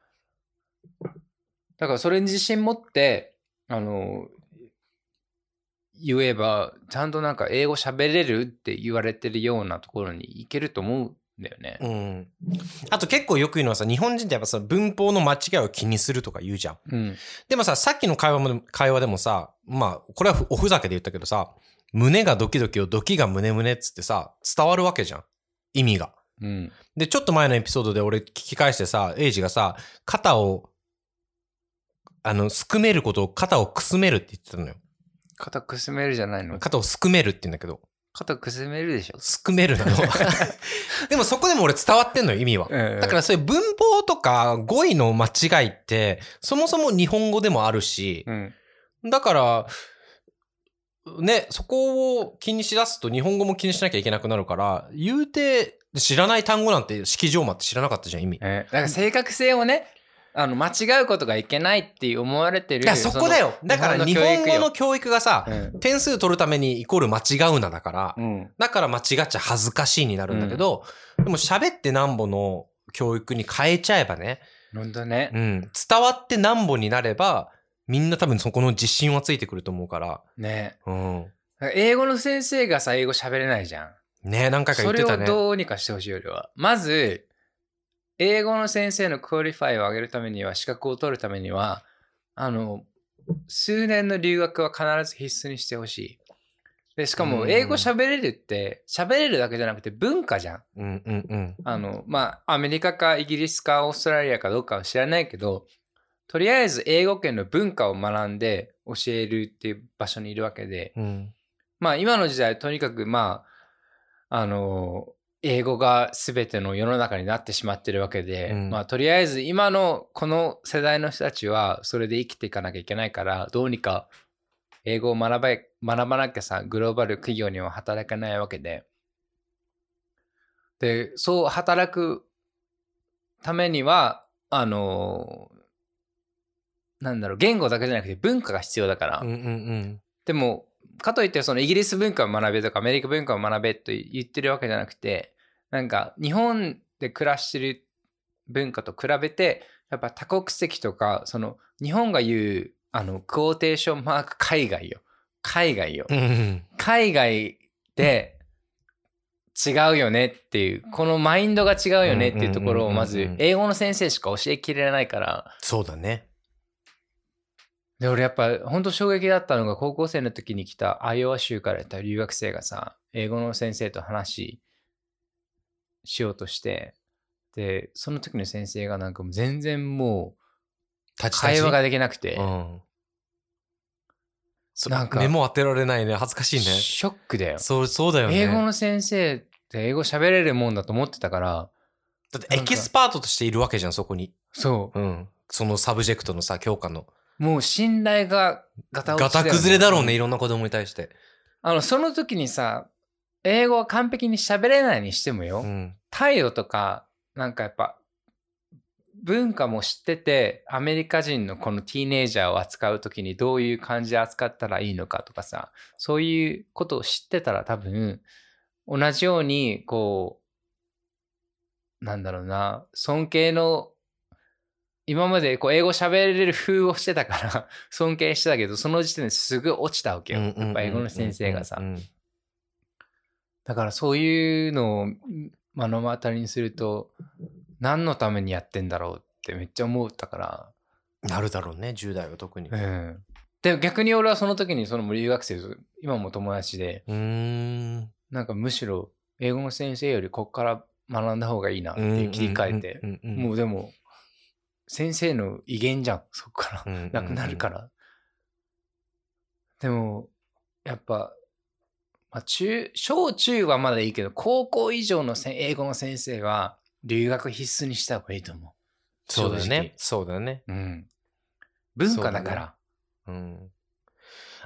S2: だからそれに自信持ってあの言えばちゃんとなんか英語喋れるって言われてるようなところに行けると思うんだよね、
S1: うん。あと結構よく言うのはさ、日本人ってやっぱさ、文法の間違いを気にするとか言うじゃん。
S2: うん、
S1: でもさ、さっきの会話も、会話でもさ、まあ、これはふおふざけで言ったけどさ、胸がドキドキをドキが胸胸っつってさ、伝わるわけじゃん。意味が。
S2: うん、
S1: で、ちょっと前のエピソードで俺聞き返してさ、エイジがさ、肩を、あの、すくめることを肩をくすめるって言ってたのよ。
S2: 肩くすめるじゃないの
S1: 肩をすくめるって言うんだけど、
S2: 肩くすめるでしょ、
S1: すくめる なの。でもそこでも俺伝わってんのよ、意味は。だかららそういう文法とか語彙の間違いって、そもそも日本語でもあるし、
S2: うん
S1: だから、ね、そこを気にしだすと日本語も気にしなきゃいけなくなるから、言うて、知らない単語なんて式上間って知らなかったじゃん、意味。い
S2: えーだから正確性をね、あの間違うことがいけないって思われてる。
S1: や、そこだよ。だから
S2: 日
S1: 日
S2: 本の教育
S1: 本
S2: よ
S1: 語の教育がさ
S2: そ、の。
S1: 点数取るためにイコール間違うなだから、
S2: うん。うん
S1: だから間違っちゃ恥ずかしいになるんだけど、でも喋ってなんぼの教育に変えちゃえばね、
S2: ほんとね
S1: う。ん、伝わってなんぼになれば、みんな多分そこの自信はついてくると思うから、
S2: ね。
S1: うん。
S2: 英語の先生がさ、英語喋れないじゃん。
S1: ね何回か言
S2: そ
S1: って
S2: れ
S1: た
S2: を
S1: ね。
S2: どうにかしてほしいよりは。まず、英語の先生のクオリファイを上げるためには、資格を取るためには、あの、数年の留学は必ず必須にしてほしい。で、しか
S1: う
S2: も、
S1: ん
S2: 英語喋れるって、喋れるだけじゃなくて文化じゃん。
S1: うんうんうん。
S2: あの、まあ、アメリカかイギリスかオーストラリアかどうかは知らないけど、とりあえず英語圏の文化を学んで教えるっていう場所にいるわけで、
S1: うん。
S2: まあ、今の時代、とにかく、まあ、あの、英語が全ての世の中になってしまってるわけで、
S1: うん
S2: まあ、とりあえず今のこの世代の人たちはそれで生きていかなきゃいけないから、どうにか英語を学ば学ばなきゃさ、グローバル企業には働けないわけで。で、そう働くためには、あの、なんだろう、言語だけじゃなくて文化が必要だから、
S1: うんうんうん。
S2: でも、かといって、そのイギリス文化を学べとか、アメリカ文化を学べと言ってるわけじゃなくて、なんか、日本で暮らしてる文化と比べて、やっぱ多国籍とか、その、日本が言う、あの、クォーテーションマーク海外よ。海外よ。
S1: うんうん
S2: 海外で違うよねっていう、このマインドが違うよねっていうところを、ま
S1: うんうんうん
S2: ず
S1: う、ん
S2: 英語の先生しか教えきれないから、
S1: そうだね。
S2: で、俺やっぱ、本当衝撃だったのが、高校生の時に来たアイオワ州から来た留学生がさ、英語の先生と話ししようとして、で、その時の先生がなんかもう全然もう、
S1: 立ち立
S2: 会
S1: ち
S2: 話ができなくて
S1: う、ん。そ
S2: なんか
S1: 目も当てられないね。恥ずかしいね。
S2: ショックだよ。
S1: そう、そうだよね。
S2: 英語の先生って英語喋れるもんだと思ってたから、
S1: だってエキスパートとしているわけじゃん、そこに。
S2: そう、
S1: うん。そのサブジェクトのさ、教科の。
S2: もう信頼がガタ落
S1: ガ
S2: ちだよ
S1: タ
S2: ね
S1: 崩れだろうね、いろんな子供に対して。
S2: あの、その時にさ、英語は完璧に喋れないにしてもよ、
S1: うん。
S2: 態度とか、なんかやっぱ、文化も知ってて、アメリカ人のこのティーネイジャーを扱う時にどういう感じで扱ったらいいのかとかさ、そういうことを知ってたら多分、同じように、こう、なんだろうな、尊敬の、今までこう英語喋れる風をしてたから、尊敬してたけど、その時点ですぐ落ちたわけよ。
S1: うんうんうんうん
S2: やっぱ英語の先生がさ
S1: うんうん
S2: だからそういうのを目の当たりにすると何のためにやってんだろうってめっちゃ思ったか
S1: なるだろうね、10代は特に。
S2: ら、うん、で逆に俺はその時にその留学生と今も友達で
S1: うーん。
S2: なんかむしろ英語の先生よりこっから学んだ方がいいなっていう切り替えて
S1: うんうんうんうん
S2: もうでも先生の威厳じゃんそっから
S1: うんうんうん
S2: なくなるから。でも、やっぱ、まあ、中、小中はまだいいけど、高校以上のせん英語の先生は、留学必須にした方がいいと思
S1: そうだよ
S2: 正直
S1: ね。そうだよね。
S2: う。うん。文化だから。
S1: うん。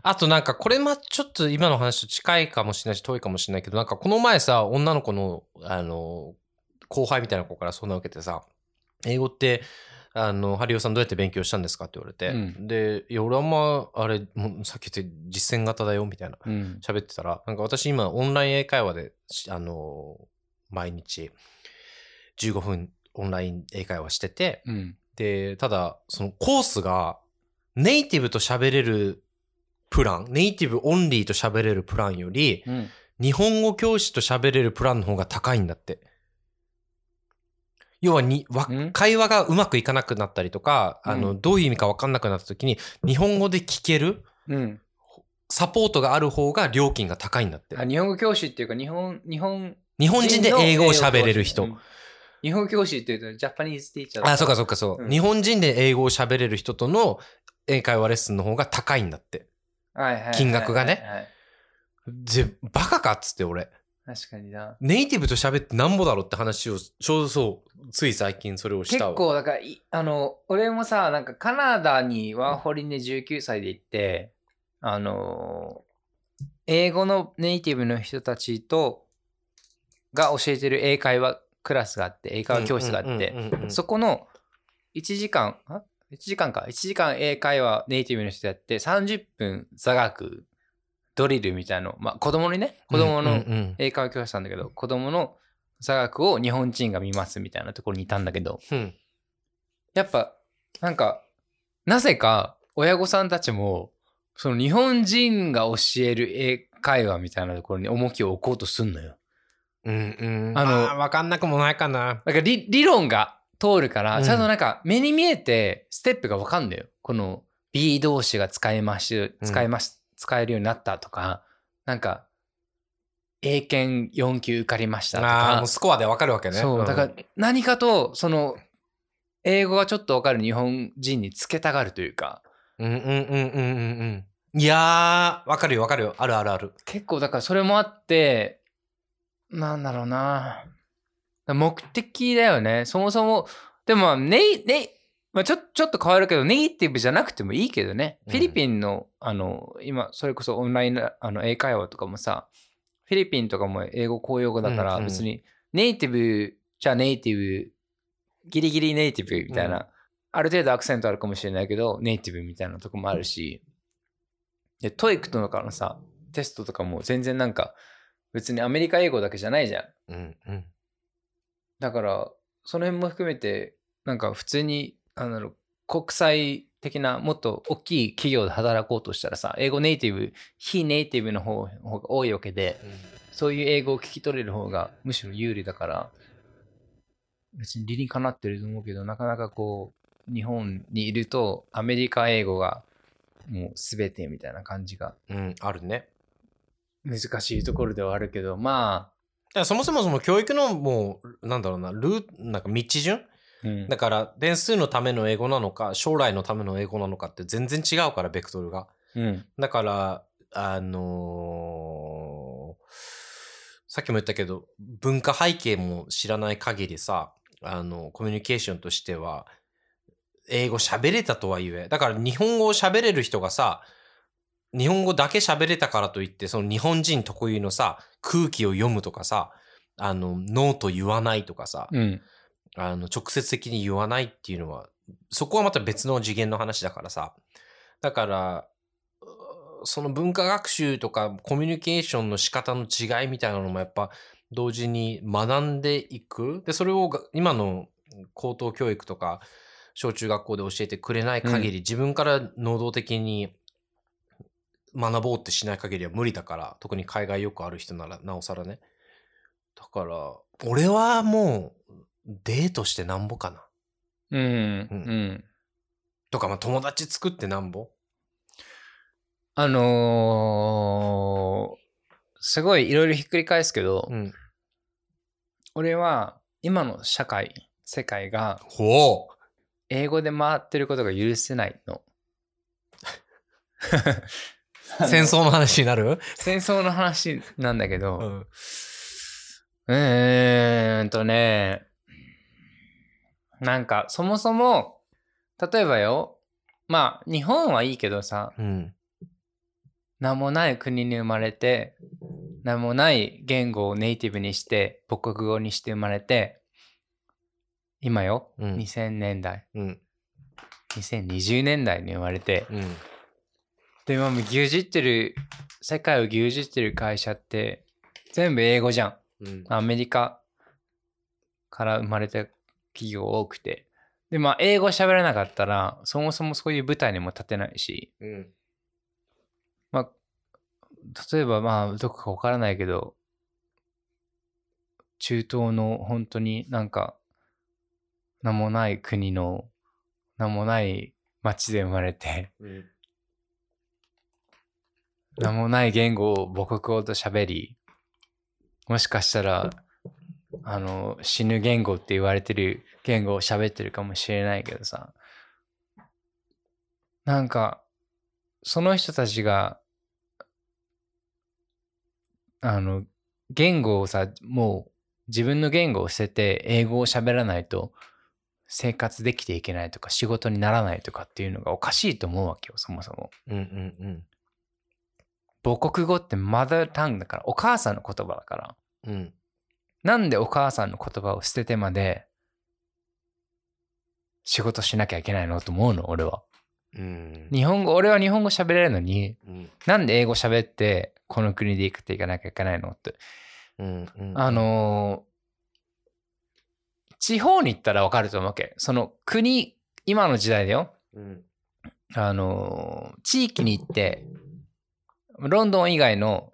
S1: あとなんか、これま、ちょっと今の話と近いかもしれないし、遠いかもしれないけど、なんかこの前さ、女の子の、あの、後輩みたいな子からそんな受けてさ、英語って、あの、ハリオさんどうやって勉強したんですかって言われて、
S2: うん
S1: で、いや、俺はまあ、あれ、もうさっき言って実践型だよ、みたいな。
S2: うん。
S1: 喋ってたら、なんか私今オンライン英会話で、しあのー毎日15分オンライン英会話してて、
S2: うん。
S1: で、ただ、そのコースがネイティブと喋れるプラン、ネイティブオンリーと喋れるプランより、
S2: うん。
S1: 日本語教師と喋れるプランの方が高いんだって。要はに、わ
S2: ん
S1: 会話がうまくいかなくなったりとか、あ
S2: う
S1: の、どういう意味かわかんなくなった時に、日本語で聞ける
S2: うん。
S1: サポートがある方が料金が高いんだって
S2: あ。日本語教師っていうか、日本、日本、
S1: 日本人で英語を喋れる人。
S2: うん日本語教師っていうと、ジャパニーズティーチャーだ
S1: あ、そうかそうかそう。
S2: うん
S1: 日本人で英語を喋れる人との英会話レッスンの方が高いんだって。
S2: はいはいはいはい
S1: 金額がね
S2: はい
S1: で、バカかっつって俺。
S2: 確かにな。
S1: ネイティブと喋ってなんぼだろって話を、ちょうどそう、つい最近それをし
S2: 結
S1: たわ。
S2: 構だからいあの俺もさなんかカナダにワーホリで19歳で行ってあの英語のネイティブの人たちとが教えてる英会話クラスがあって英会話教室があって
S1: うんうんうんうん
S2: そこの1時間あ1時間か1時間英会話ネイティブの人やって30分座学ドリルみたいなのまあ子供にね子供
S1: うん
S2: の
S1: うんうん
S2: 英会話教室なんだけど子供の座学を日本人が見ますみたいなところにいたんだけど
S1: うん
S2: やっぱ、なんか、なぜか親御さんたちも、その日本人が教える英会話みたいなところに重きを置こうとすんのよ。
S1: うんうん。
S2: あ
S1: あ
S2: の
S1: の、わかんなくもないかな。
S2: なんか理理論が通るから、
S1: うん
S2: ちゃんとなんか目に見えてステップがわかんだよ。この B 動詞が使えます、
S1: うん
S2: 使えます、使えるようになったとか、なんか、英検4級受かりましたと
S1: ああー、
S2: か
S1: もう、スコアでわかるわけね。
S2: そう、
S1: ん
S2: だから、何かと、その、英語がちょっとわかる日本人につけたがるというか、
S1: うんうんうんうんうんうん。いやー、わかるよわかるよ。あるあるある。
S2: 結構だからそれもあってなんだろうな目的だよねそもそもでもまあネイネイ、まあ、ちょちょっと変わるけどネイティブじゃなくてもいいけどね、
S1: うん
S2: フィリピンのあの今それこそオンラインのあの英会話とかもさフィリピンとかも英語公用語だか
S1: う
S2: ら
S1: んうん
S2: 別にネイティブじゃネイティブギリギリネイティブみたいな、
S1: うん
S2: ある程度アクセントあるかもしれないけどネイティブみたいなとこもあるしでトイックとかのさテストとかも全然なんか別にアメリカ英語だけじゃないじゃん
S1: うんうん。
S2: だからその辺も含めてなんか普通にあの国際的なもっと大きい企業で働こうとしたらさ英語ネイティブ非ネイティブの方方が多いわけでそういう英語を聞き取れる方がむしろ有利だから別に理にかなってると思うけどなかなかこう日本にいるとアメリカ英語がもう全てみたいな感じが
S1: うん、あるね。
S2: 難しいところではあるけどま
S1: だからそもそもその教育のもう、なんだろうな、ルー、なんか道順
S2: あ、うん
S1: だから点数のための英語なのか将来のための英語なのかって全然違うからベクトルが
S2: うん
S1: だからあのーさっきも言ったけど文化背景も知らない限りさあのコミュニケーションとしては英語喋れたとはいえ、だから日本語を喋れる人がさ、日本語だけ喋れたからといって、その日本人特有のさ、空気を読むとかさ、あの、ノーと言わないとかさ、
S2: うん。
S1: あの、直接的に言わないっていうのは、そこはまた別の次元の話だからさ。だから、うその文化学習とかコミュニケーションの仕方の違いみたいなのもやっぱ同時に学んでいく。で、それをが今の高等教育とか小中学校で教えてくれない限り、自分から能動的に学ぼうってしない限りは無理だから、特に海外よくある人ならなおさらね。だから、俺はもうデートしてなんぼかな。
S2: うん。うん。
S1: とか、まあ、友達作ってなんぼ
S2: あのーすごいいろいろひっくり返すけど、
S1: ん。
S2: 俺は今の社会、世界が
S1: ほう。
S2: 英語で回ってることが許せない の。
S1: 戦争の話になる
S2: 戦争の話なんだけど、
S1: うん
S2: うーんとね、なんかそもそも、例えばよ、まあ日本はいいけどさ、
S1: うん。
S2: 名もない国に生まれて、名もない言語をネイティブにして、母国語にして生まれて、今よ、
S1: うん
S2: 2000年代、
S1: うん。
S2: 2020年代に生まれて、
S1: うん。
S2: で、今もう牛耳ってる、世界を牛耳ってる会社って、全部英語じゃん。
S1: うん。
S2: アメリカから生まれた企業多くて。で、まあ、英語喋れなかったら、そもそもそういう舞台にも立てないし、
S1: うん。
S2: まあ、例えば、まあ、どこかわからないけど、中東の本当になんか、名もない国の、名もない町で生まれて、
S1: うん。
S2: 名もない言語を母国語と喋り、もしかしたら、あの、死ぬ言語って言われてる言語を喋ってるかもしれないけどさ、なんか、その人たちが、あの、言語をさ、もう自分の言語を捨てて英語を喋らないと生活できていけないとか仕事にならないとかっていうのがおかしいと思うわけよ、そもそも。
S1: うん。うん。
S2: 母国語ってマザータングだからお母さんの言葉だから
S1: うん。
S2: なんでお母さんの言葉を捨ててまで仕事しなきゃいけないのと思うの俺は
S1: うん。
S2: 日本語俺は日本語喋れるのに
S1: うん。
S2: なんで英語喋ってこの国で生きていかなきゃいけないのって
S1: うん。うん。
S2: あ、のー地方に行ったらわかると思うわけその国今の時代だよ
S1: うん。
S2: あのー地域に行って、ロンドン以外の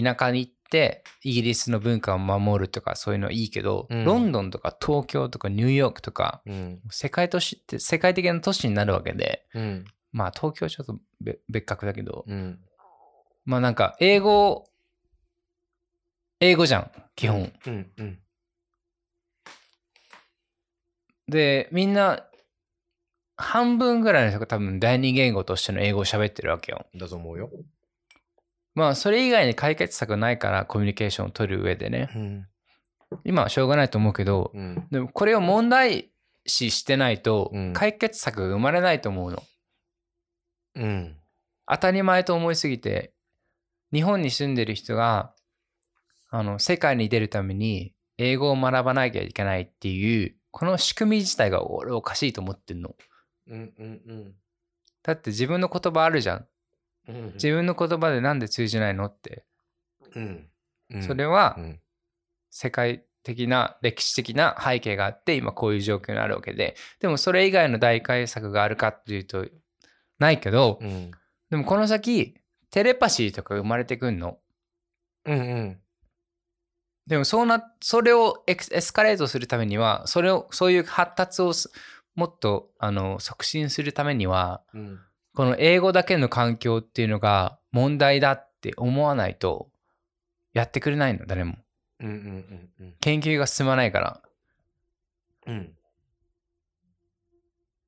S2: 田舎に行って、イギリスの文化を守るとかそういうのはいいけど、
S1: うん
S2: ロンドンとか東京とかニューヨークとか、
S1: うん。
S2: 世界都市って世界的な都市になるわけで、
S1: うん。
S2: まあ東京はちょっとべ別格だけど、
S1: うん。
S2: まあなんか英語、英語じゃん、基本。
S1: うん。うん。
S2: で、みんな、半分ぐらいの人が多分第二言語としての英語を喋ってるわけよ。
S1: だと思うよ。
S2: まあ、それ以外に解決策ないから、コミュニケーションを取る上でね。
S1: うん。
S2: 今はしょうがないと思うけど、
S1: うん。
S2: でもこれを問題視してないと
S1: うん、
S2: 解決策が生まれないと思うの。
S1: うん。
S2: 当たり前と思いすぎて、日本に住んでる人が、あの、世界に出るために、英語を学ばなきゃいけないっていう、この仕組み自体が俺おかしいと思ってんの。
S1: うん。うん。
S2: だって自分の言葉あるじゃん。
S1: うん。
S2: 自分の言葉でなんで通じないのって。
S1: うん。
S2: それ
S1: は、
S2: は
S1: う、ん。
S2: 世界的な歴史的な背景があって今こういう状況にあるわけででもそれ以外の大改作があるかっていうとないけど
S1: うん。
S2: でもこの先テレパシーとか生まれてくんの
S1: うん。うん。
S2: でもそうなそれをエクエスカレートするためにはそれをそういう発達をすもっとあの促進するためには
S1: うん。
S2: この英語だけの環境っていうのが問題だって思わないとやってくれないの誰も
S1: うん。うん。うん。
S2: 研究が進まないから
S1: うん。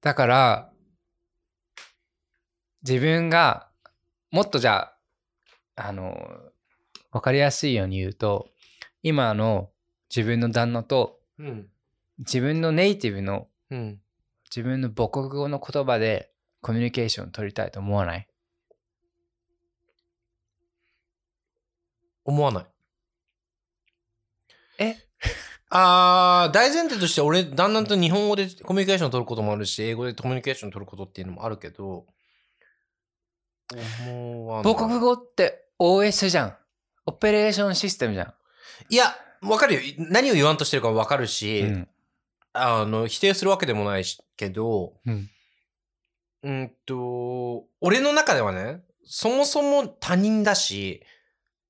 S2: だから、自分が、もっとじゃあ、あの、わかりやすいように言うと、今の自分の旦那と、
S1: うん。
S2: 自分のネイティブの
S1: うん。
S2: 自分の母国語の言葉でコミュニケーション取りたいと思わない
S1: 思わない。
S2: え
S1: あー、大前提として俺、だんだんと日本語でコミュニケーションを取ることもあるし、英語でコミュニケーションを取ることっていうのもあるけど、思わない。
S2: 母国語って OS じゃん。オペレーションシステムじゃん。
S1: いや、わかるよ。何を言わんとしてるかわかるし、
S2: うん
S1: あの、否定するわけでもないしけど、
S2: うん
S1: うんと、俺の中ではね、そもそも他人だし、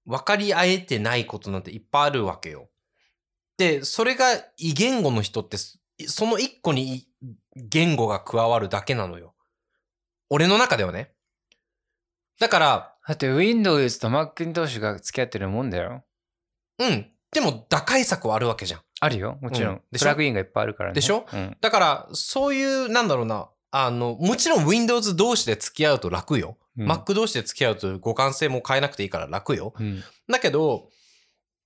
S1: 分かり合えてないことなんていっぱいあるわけよ。で、それが異言語の人って、そその一個に言語が加わるだけなのよ。俺の中ではね。だから、
S2: だって Windows と Macintosh が付き合ってるもんだよ。
S1: うん。でも打開策はあるわけじゃん。
S2: あるよ、もちろん。
S1: うんでしょ
S2: プラグインがいっぱいあるからね。
S1: でしょ
S2: うん、
S1: だから、そういう、なんだろうな、あの、もちろん Windows 同士で付き合うと楽よ。
S2: うん
S1: Mac 同士で付き合うと互換性も変えなくていいから楽よ。
S2: うん
S1: だけど、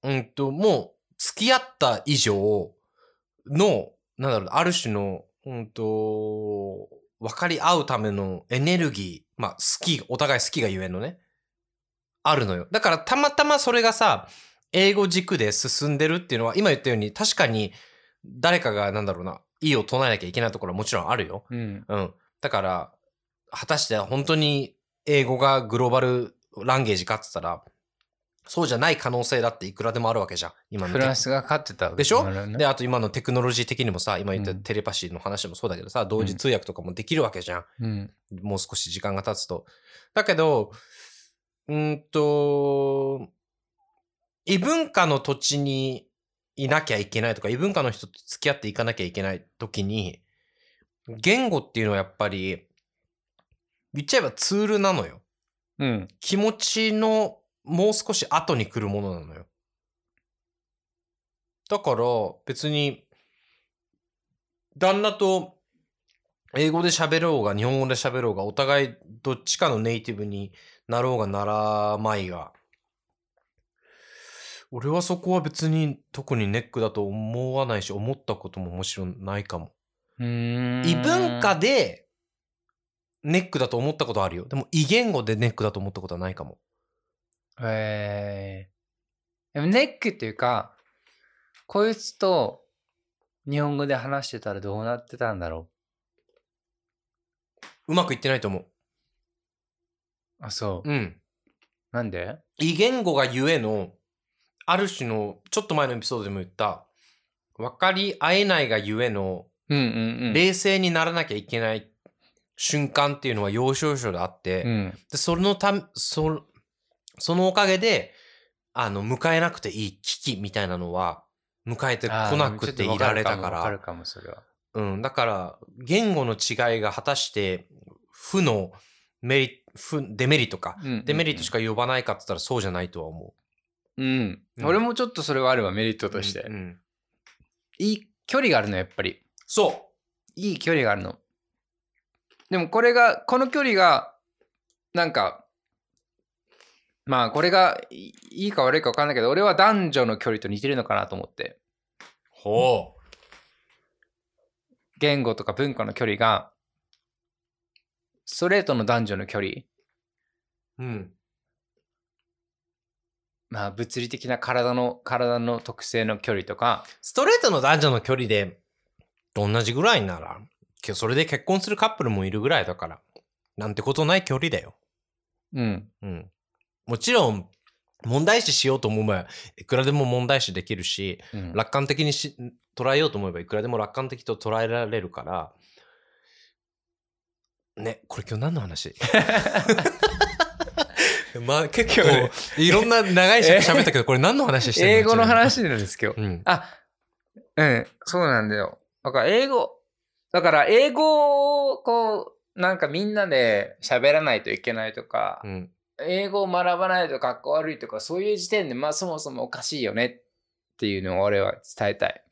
S1: うんと、もう、付き合った以上の、なんだろう、ある種の、うんと、分かり合うためのエネルギー、まあ、好き、お互い好きがゆえのね、あるのよ。だから、たまたまそれがさ、英語軸で進んでるっていうのは、今言ったように、確かに、誰かが、なんだろうな、意を唱えなきゃいけないところはもちろんあるよ。
S2: うん
S1: うん。だから、果たして本当に英語がグローバルランゲージかって言ったら、そうじゃない可能性だっていくらでもあるわけじゃん。今の
S2: フランスが勝ってたわけ
S1: でしょ
S2: なるほどね
S1: で、あと今のテクノロジー的にもさ、今言った
S2: うん
S1: テレパシーの話もそうだけどさ、同時通訳とかもできるわけじゃん。
S2: うん
S1: もう少し時間が経つと。だけど、うーんと、異文化の土地にいなきゃいけないとか、異文化の人と付き合っていかなきゃいけないときに、言語っていうのはやっぱり、言っちゃえばツールなのよ。
S2: うん
S1: 気持ちのもう少し後に来るものなのよ。だから別に旦那と英語で喋ろうが日本語で喋ろうがお互いどっちかのネイティブになろうがならまいが俺はそこは別に特にネックだと思わないし思ったことももちろんないかも。
S2: うーん
S1: 異文化でネックだと思ったことあるよ。でも異言語でネックだと思ったことはないかも。
S2: えーでもネックっていうかこいつと日本語で話してたらどうなってたんだろ
S1: うまくいってないと思う。
S2: うあそう
S1: うん。
S2: なんで
S1: 異言語がゆえの、ある種の、ちょっと前のエピソードでも言った、分かり合えないがゆえの、
S2: うんうんうん
S1: 冷静にならなきゃいけない瞬間っていうのは要所要所であって、
S2: うん
S1: でそのためそ、そのおかげで、あの、迎えなくていい危機みたいなのは、迎えてこ
S2: あー
S1: なくていられたか
S2: ちょっとわからる、かもわかるかもそれは
S1: うん、だから、言語の違いが果たして、負のメリ、負、デメリットか、デメリットし
S2: か
S1: か呼ばないかって言ったらそうじゃないとは思う。
S2: うん
S1: うん
S2: 俺もちょっとそれはあるわメリットとして
S1: うんうん
S2: いい距離があるのやっぱり
S1: そ
S2: いい距離があるの。でもこれが、この距離が、なんか、まあこれがいいいか悪いか分かんないけど、俺は男女の距離と似てるのかなと思って。
S1: う。ほ
S2: 言語とか文化の距離が、ストレートの男女の距離、
S1: う。うん。
S2: まあ物理的な体の、体の特性の距離とか、
S1: ストレートの男女の距離で、同じぐらいなら、けそれで結婚するカップルもいるぐらいだから、なんてことない距離だよ。
S2: うん。
S1: うん。もちろん、問題視しようと思えば、いくらでも問題視できるし、
S2: うん
S1: 楽観的にし捉えようと思えば、いくらでも楽観的と捉えられるから、ね、これ今日何の話 まあ結構、
S2: 今
S1: いろんな長いし喋ったけど、これ何の話してる
S2: 英語の話なんですけど。
S1: うん。
S2: あ、うん、そうなんだよ。だから英語、だから英語をこう、なんかみんなで喋らないといけないとか、
S1: うん。
S2: 英語を学ばないとかっこ悪いとか、そういう時点で、まあそもそもおかしいよねっていうのを俺は伝えたい。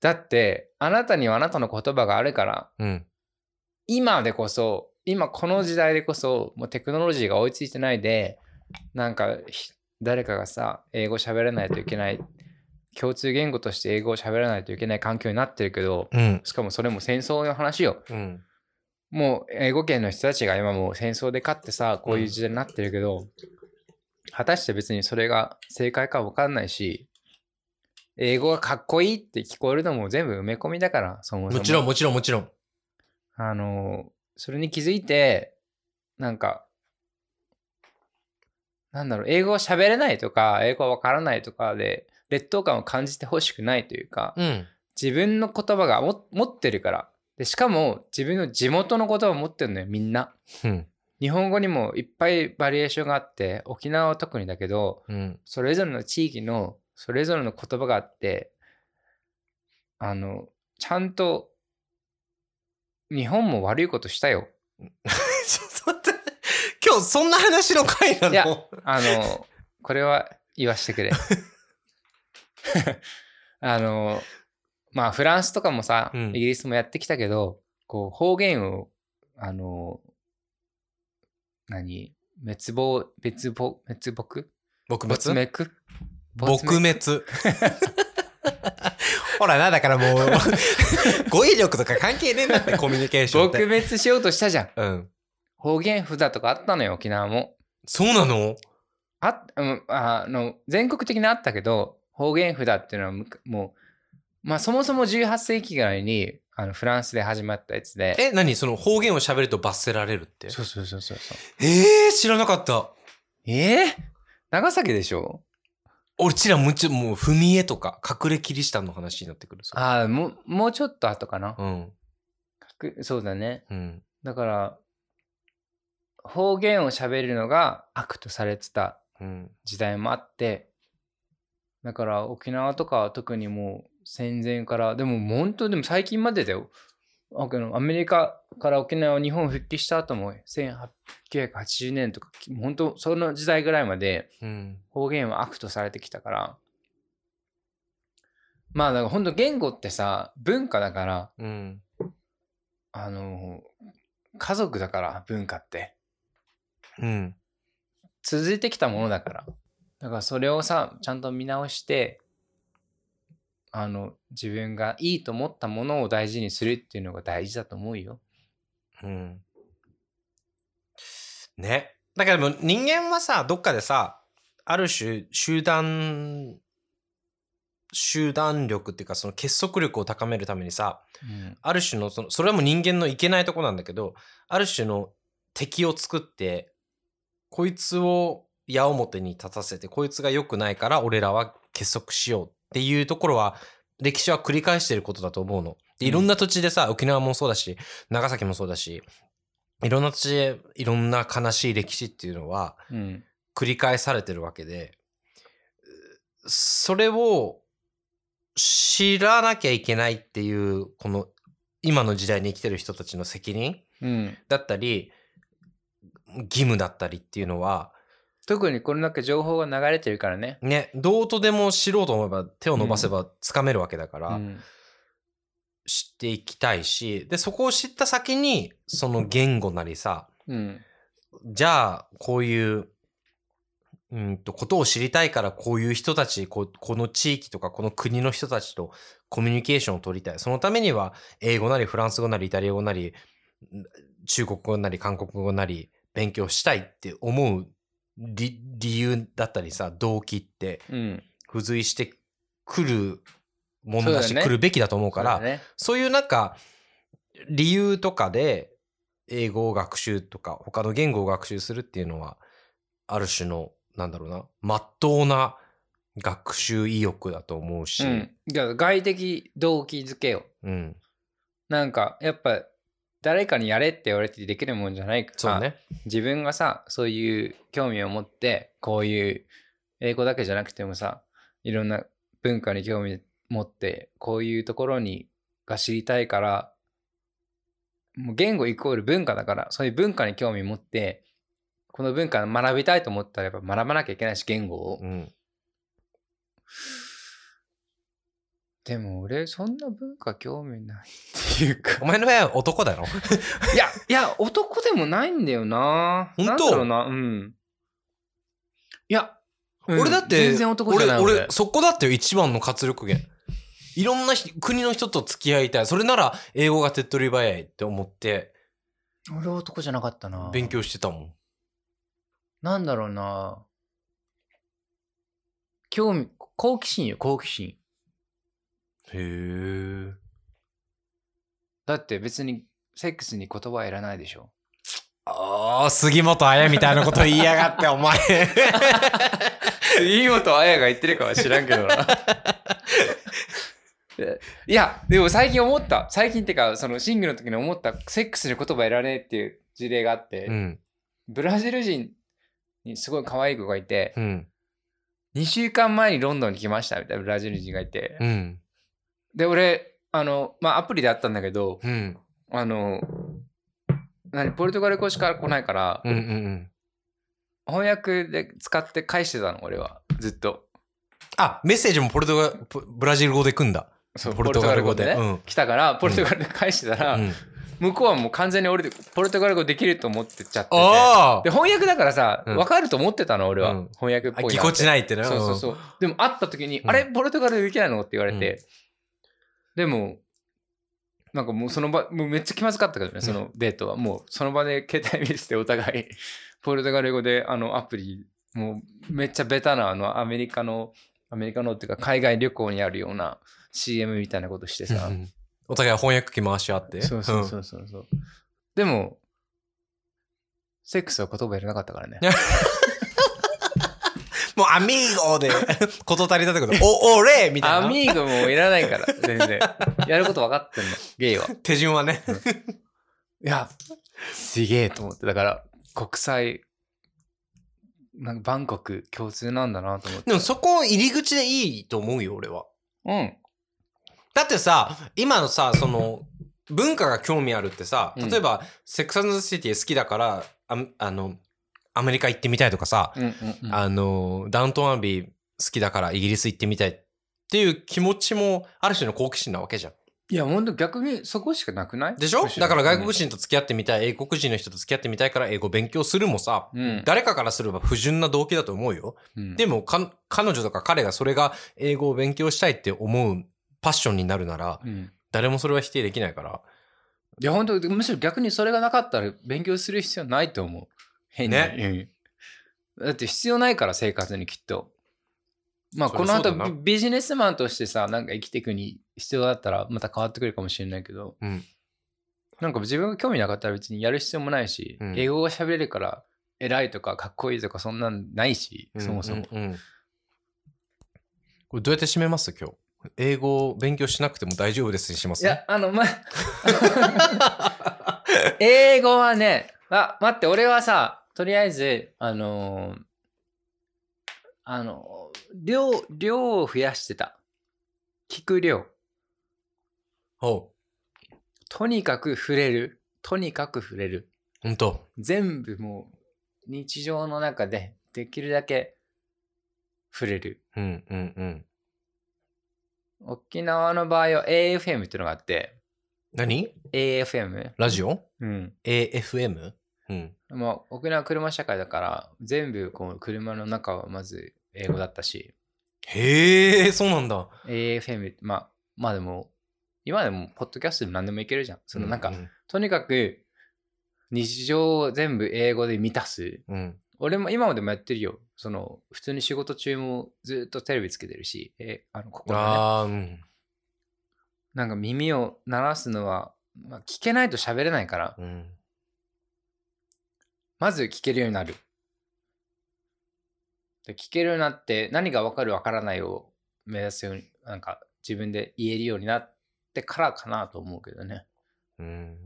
S2: だって、あなたにはあなたの言葉があるから、
S1: うん。
S2: 今でこそ、今この時代でこそ、もうテクノロジーが追いついてないで、なんかひ誰かがさ、英語喋らないといけない共通言語として英語を喋らないといけない環境になってるけど、
S1: うん。
S2: しかもそれも戦争の話よ。
S1: うん。
S2: もう英語圏の人たちが今もう戦争で勝ってさ、こういう時代になってるけど、果たして別にそれが正解か分かんないし、英語がかっこいいって聞こえるのも全部埋め込みだから、そもそも。
S1: もちろん、もちろん、もちろん。
S2: あの、それに気づいて、なんか、なんだろう、英語を喋れないとか、英語はわからないとかで、劣等感を感じてほしくないというか、
S1: うん。
S2: 自分の言葉がも持ってるから。で、しかも、自分の地元の言葉を持ってるのよ、みんな。
S1: うん。
S2: 日本語にもいっぱいバリエーションがあって、沖縄は特にだけど、
S1: うん。
S2: それぞれの地域のそれぞれの言葉があってあのちゃんと日本も悪いことしたよ
S1: ちょっと待って。今日そんな話の回ない
S2: や
S1: の
S2: あのこれは言わしてくれ あのまあフランスとかもさ、
S1: うん
S2: イギリスもやってきたけどこう方言をあの何滅亡滅亡滅没
S1: 撲
S2: 没
S1: 滅
S2: 滅
S1: 撲滅。ほらな、だからもう、語彙力とか関係ねえんだって、コミュニケーション
S2: 撲
S1: って。
S2: 滅しようとしたじゃん
S1: うん。
S2: 方言札とかあったのよ沖縄も
S1: そうなの
S2: あ,、うん、あの全国的にあったけど方言札っていうのはむかもう、まあ、そもそも18世紀ぐらいにあのフランスで始まったやつで
S1: え、何その方言を喋ると罰せられるって。
S2: そうそうそうそうそう
S1: えー、知らなかった。
S2: えー、長崎でしょ
S1: 俺ちらむちもう、踏み絵とか、隠れキリシタンの話になってくる。それ
S2: ああもうもうちょっと後かな、
S1: うん。
S2: くそうだね
S1: うん。
S2: だから方言を喋るのが悪とされてた
S1: うん。
S2: 時代もあってだから沖縄とかは特にもう戦前からでももう本当でも最近までだよあけどアメリカから沖縄は日本復帰した後も1980年とかきもう本当その時代ぐらいまで
S1: うん。
S2: 方言は悪とされてきたからまあだから本当言語ってさ文化だから
S1: うん。
S2: あの家族だから文化って
S1: うん。
S2: 続いてきたものだからだからそれをさちゃんと見直してあの自分がいいと思ったものを大事にするっていうのが大事だと思うよ
S1: うん。ね。だからもう人間はさ、どっかでさ、ある種、集団、集団力っていうか、その結束力を高めるためにさ、
S2: うん
S1: ある種のその、それはもう人間のいけないとこなんだけど、ある種の敵を作って、こいつを矢面に立たせて、こいつが良くないから俺らは結束しようっていうところは、歴史は繰り返してることだと思うの。で、いろんな土地でさ、沖縄もそうだし、長崎もそうだし、いろんな土地でいろんな悲しい歴史っていうのは
S2: うん
S1: 繰り返されてるわけで、うそれを知らなきゃいけないっていう、この今の時代に生きてる人たちの責任
S2: うん、
S1: だったり、義務だったりっていうのは、
S2: 特にこれだけ情報が流れてるからね、
S1: ね、どうとでも知ろうと思えば手を伸ばせばつかめるわけだか
S2: う
S1: ら、
S2: ん、
S1: 知っていきたいし、で、そこを知った先に、その言語なりさ、
S2: うん
S1: じゃあ、こういう、うんと、ことを知りたいから、こういう人たち、ここの地域とか、この国の人たちとコミュニケーションを取りたい。そのためには、英語なり、フランス語なり、イタリア語なり、ん中国語なり、韓国語なり、勉強したいって思う理理由だったりさ、動機って、
S2: うん
S1: 付随してくるものだ
S2: そ
S1: し、
S2: うだね
S1: 来るべきだと思うから、
S2: そうだね
S1: そういうなんか、理由とかで、英語を学習とか、他の言語を学習するっていうのは、ある種の、なんだろうな、まっとうな学習意欲だと思うし、
S2: うん、だから外的動機づけよ
S1: うん
S2: なんかやっぱ誰かにやれって言われてできるもんじゃないから
S1: そうね。
S2: 自分がさそういう興味を持ってこういう英語だけじゃなくてもさいろんな文化に興味持ってこういうところにが知りたいからもう言語イコール文化だからそういう文化に興味持ってこの文化学びたいと思ったらやっぱ学ばなきゃいけないし言語を、
S1: うん。
S2: でも俺そんな文化興味ないっていうか
S1: お前の場合は男だろ
S2: いやいや男でもないんだよな
S1: 本当
S2: なんだろうなうんいやうん
S1: 俺だって、
S2: 全然男じゃない
S1: 俺、
S2: 俺
S1: 俺、そこだってよ、一番の活力源。いろんなひ国の人と付き合いたい。それなら、英語が手っ取り早いって思って、
S2: 俺は男じゃなかったな。
S1: 勉強してたもん。
S2: なんだろうな。興味、好奇心よ、好奇心。
S1: へえ。
S2: だって別に、セックスに言葉はいらないでしょ。
S1: ああ、杉本彩みたいなこと言いやがって、お前。
S2: 杉本彩が言ってるかは知らんけ どな。いや、でも最近思った。最近ってか、そのシングルの時に思った、セックスに言葉いらねえっていう事例があって、
S1: うん。
S2: ブラジル人にすごい可愛い子がいて
S1: う、ん。
S2: 2週間前にロンドンに来ましたみたいなブラジル人がいて、
S1: うん。
S2: で、俺、あの、まあ、アプリであったんだけど、
S1: うん。
S2: あの、何、ポルトガル語しか来ないから、
S1: うん。うん。
S2: 翻訳で使って返してたの、俺は。ずっと。
S1: あ、メッセージもポルトガル、ポブラジル語で組んだ。
S2: そう
S1: ポ
S2: ポ
S1: ル
S2: ル
S1: ト
S2: ト
S1: ガ
S2: ガ
S1: ル
S2: ル
S1: 語
S2: 語
S1: で
S2: でね、来たから、ポルトガルで返してたら、
S1: うん
S2: 向こうはもう完全に俺で、ポルトガル語できると思ってっちゃってて。
S1: あ
S2: で、翻訳だからさ、
S1: うん
S2: わかると思ってたの、俺は。
S1: うん
S2: 翻訳っ
S1: あ、
S2: ぽい
S1: ぎ
S2: な
S1: こち
S2: い。
S1: ないってな。
S2: そうそうそう。でも、会った時に、
S1: ん
S2: あれ、ポルトガルでできないのって言われて。でも、なんかもうその場、もうめっちゃ気まずかったけどね、そのデートは。もうその場で携帯見せてお互い、 ポルトガル語であのアプリ、もうめっちゃベタなあのアメリカの、アメリカのっていうか海外旅行にあるような CM みたいなことして
S1: うん。
S2: さ
S1: う。んお互い翻訳機回し合って。
S2: そうそうそううそうそう。でも、セックスは言葉いらなかったからね。
S1: ん。もう、アミーゴで、 こと足りたってこと。お、俺みたい
S2: ア
S1: な。
S2: ミーゴもいらないから、 全然。やること分かってんの、ゲイは。い
S1: 手順はね。
S2: や、すげえと思って。だから、国際、なんかバンコク共通なんだなと思って。
S1: でも、そこ入り口でいいと思うよ、俺は。
S2: うん。
S1: だってさ、今のさ、その、文化が興味あるってさ、
S2: うん
S1: 例えば、セックスンドザシティ好きだから、ああの、アメリカ行ってみたいとかさ、
S2: うんうんうん。
S1: あの、ダウントンアビー好きだからイギリス行ってみたいっていう気持ちも、ある種の好奇心なわけじゃん。
S2: いや、ほんと逆にそこしかなくない
S1: でしょ
S2: むろ
S1: だから外国人と付き合ってみたい、英国人の人と付き合ってみたいから英語勉強するもさ、
S2: うん。
S1: 誰かからすれば不純な動機だと思うよ。
S2: うん
S1: でも、か、彼女とか彼がそれが英語を勉強したいって思うパッションになるなら、
S2: うん。
S1: 誰もそれは否定できないから。
S2: いや、ほんと、むしろ逆にそれがなかったら勉強する必要ないと思う。変に。
S1: ね
S2: うんだって必要ないから、生活にきっと。まあ、
S1: そり
S2: こ
S1: ゃ
S2: の後
S1: そうだな
S2: ビビジネスマンとしてさ、なんか生きていくに必要だったら、また変わってくるかもしれないけど、
S1: うん
S2: なんか自分が興味なかったら別にやる必要もないし、
S1: うん
S2: 英語が喋れるから、偉いとかかっこいいとかそんなんないし、そもそも。
S1: うんうんうんこれどうやって締めます今日。英語を勉強しなくても大丈夫ですにします
S2: いや、あの、ま、英語はね、あ、待って、俺はさ、とりあえず、あのーあの量、量を増やしてた。聞く量。
S1: ほ
S2: とにかく触れる。とにかく触れる。
S1: う。ほんと。
S2: 全部もう、日常の中で、できるだけ、触れる。
S1: うんうんうん。
S2: 沖縄の場合は AFM っていうのがあって、
S1: 何
S2: AFM?
S1: ラジオ
S2: うん。
S1: ?AFM? うん。
S2: まあ、沖縄は車社会だから、全部こう車の中はまず英語だったし、
S1: へえ、そうなんだ。
S2: AFM、まあ、まあでも、今でも、ポッドキャストでも何でもいけるじゃん。そのなんか、
S1: う
S2: とにかく、日常を全部英語で満たす。
S1: うん。
S2: 俺も今までもやってるよ。その、普通に仕事中もずっとテレビつけてるし、えあの、ここのね
S1: ああ、うん。
S2: なんか耳を鳴らすのは、まあ、聞けないと喋れないから、
S1: うん。
S2: まず聞けるようになる。で聞けるようになって何が分かる分からないを目指すようになんか自分で言えるようになってからかなと思うけどね。
S1: うん。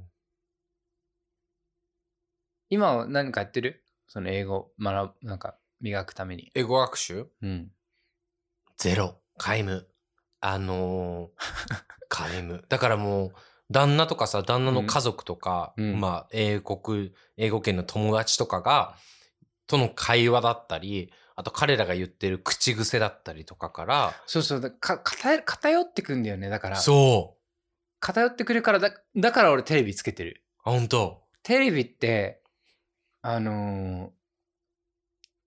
S2: 今は何かやってるその英語学ぶなんか磨くために。
S1: 英語学習
S2: うん。
S1: ゼロ。皆無。あのー、皆無。だからもう、旦那とかさ、旦那の家族とか、
S2: うんうん
S1: まあ、英国、英語圏の友達とかが、との会話だったり、あと彼らが言ってる口癖だったりとかから、
S2: そうそうだか偏。偏ってくんだよね。だから。
S1: そう。
S2: 偏ってくるからだ、だから俺テレビつけてる。
S1: あ、本当
S2: テレビって、あのー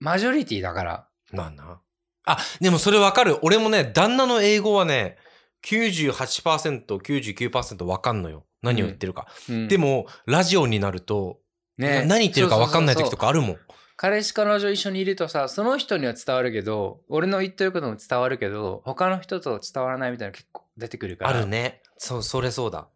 S2: マジョリティだから。
S1: まあな。あ、でもそれわかる。俺もね、旦那の英語はね、98%、99%わかんのよ。何を言ってるか。
S2: うん
S1: でも、ラジオになると、な何言ってるかわかんない時と
S2: か
S1: かあるもん。
S2: 彼氏彼女一緒にいるとさその人には伝わるけど俺の言ってることも伝わるけど他の人と伝わらないみたいなの結構出てくるから
S1: あるね。そう、それそうだ。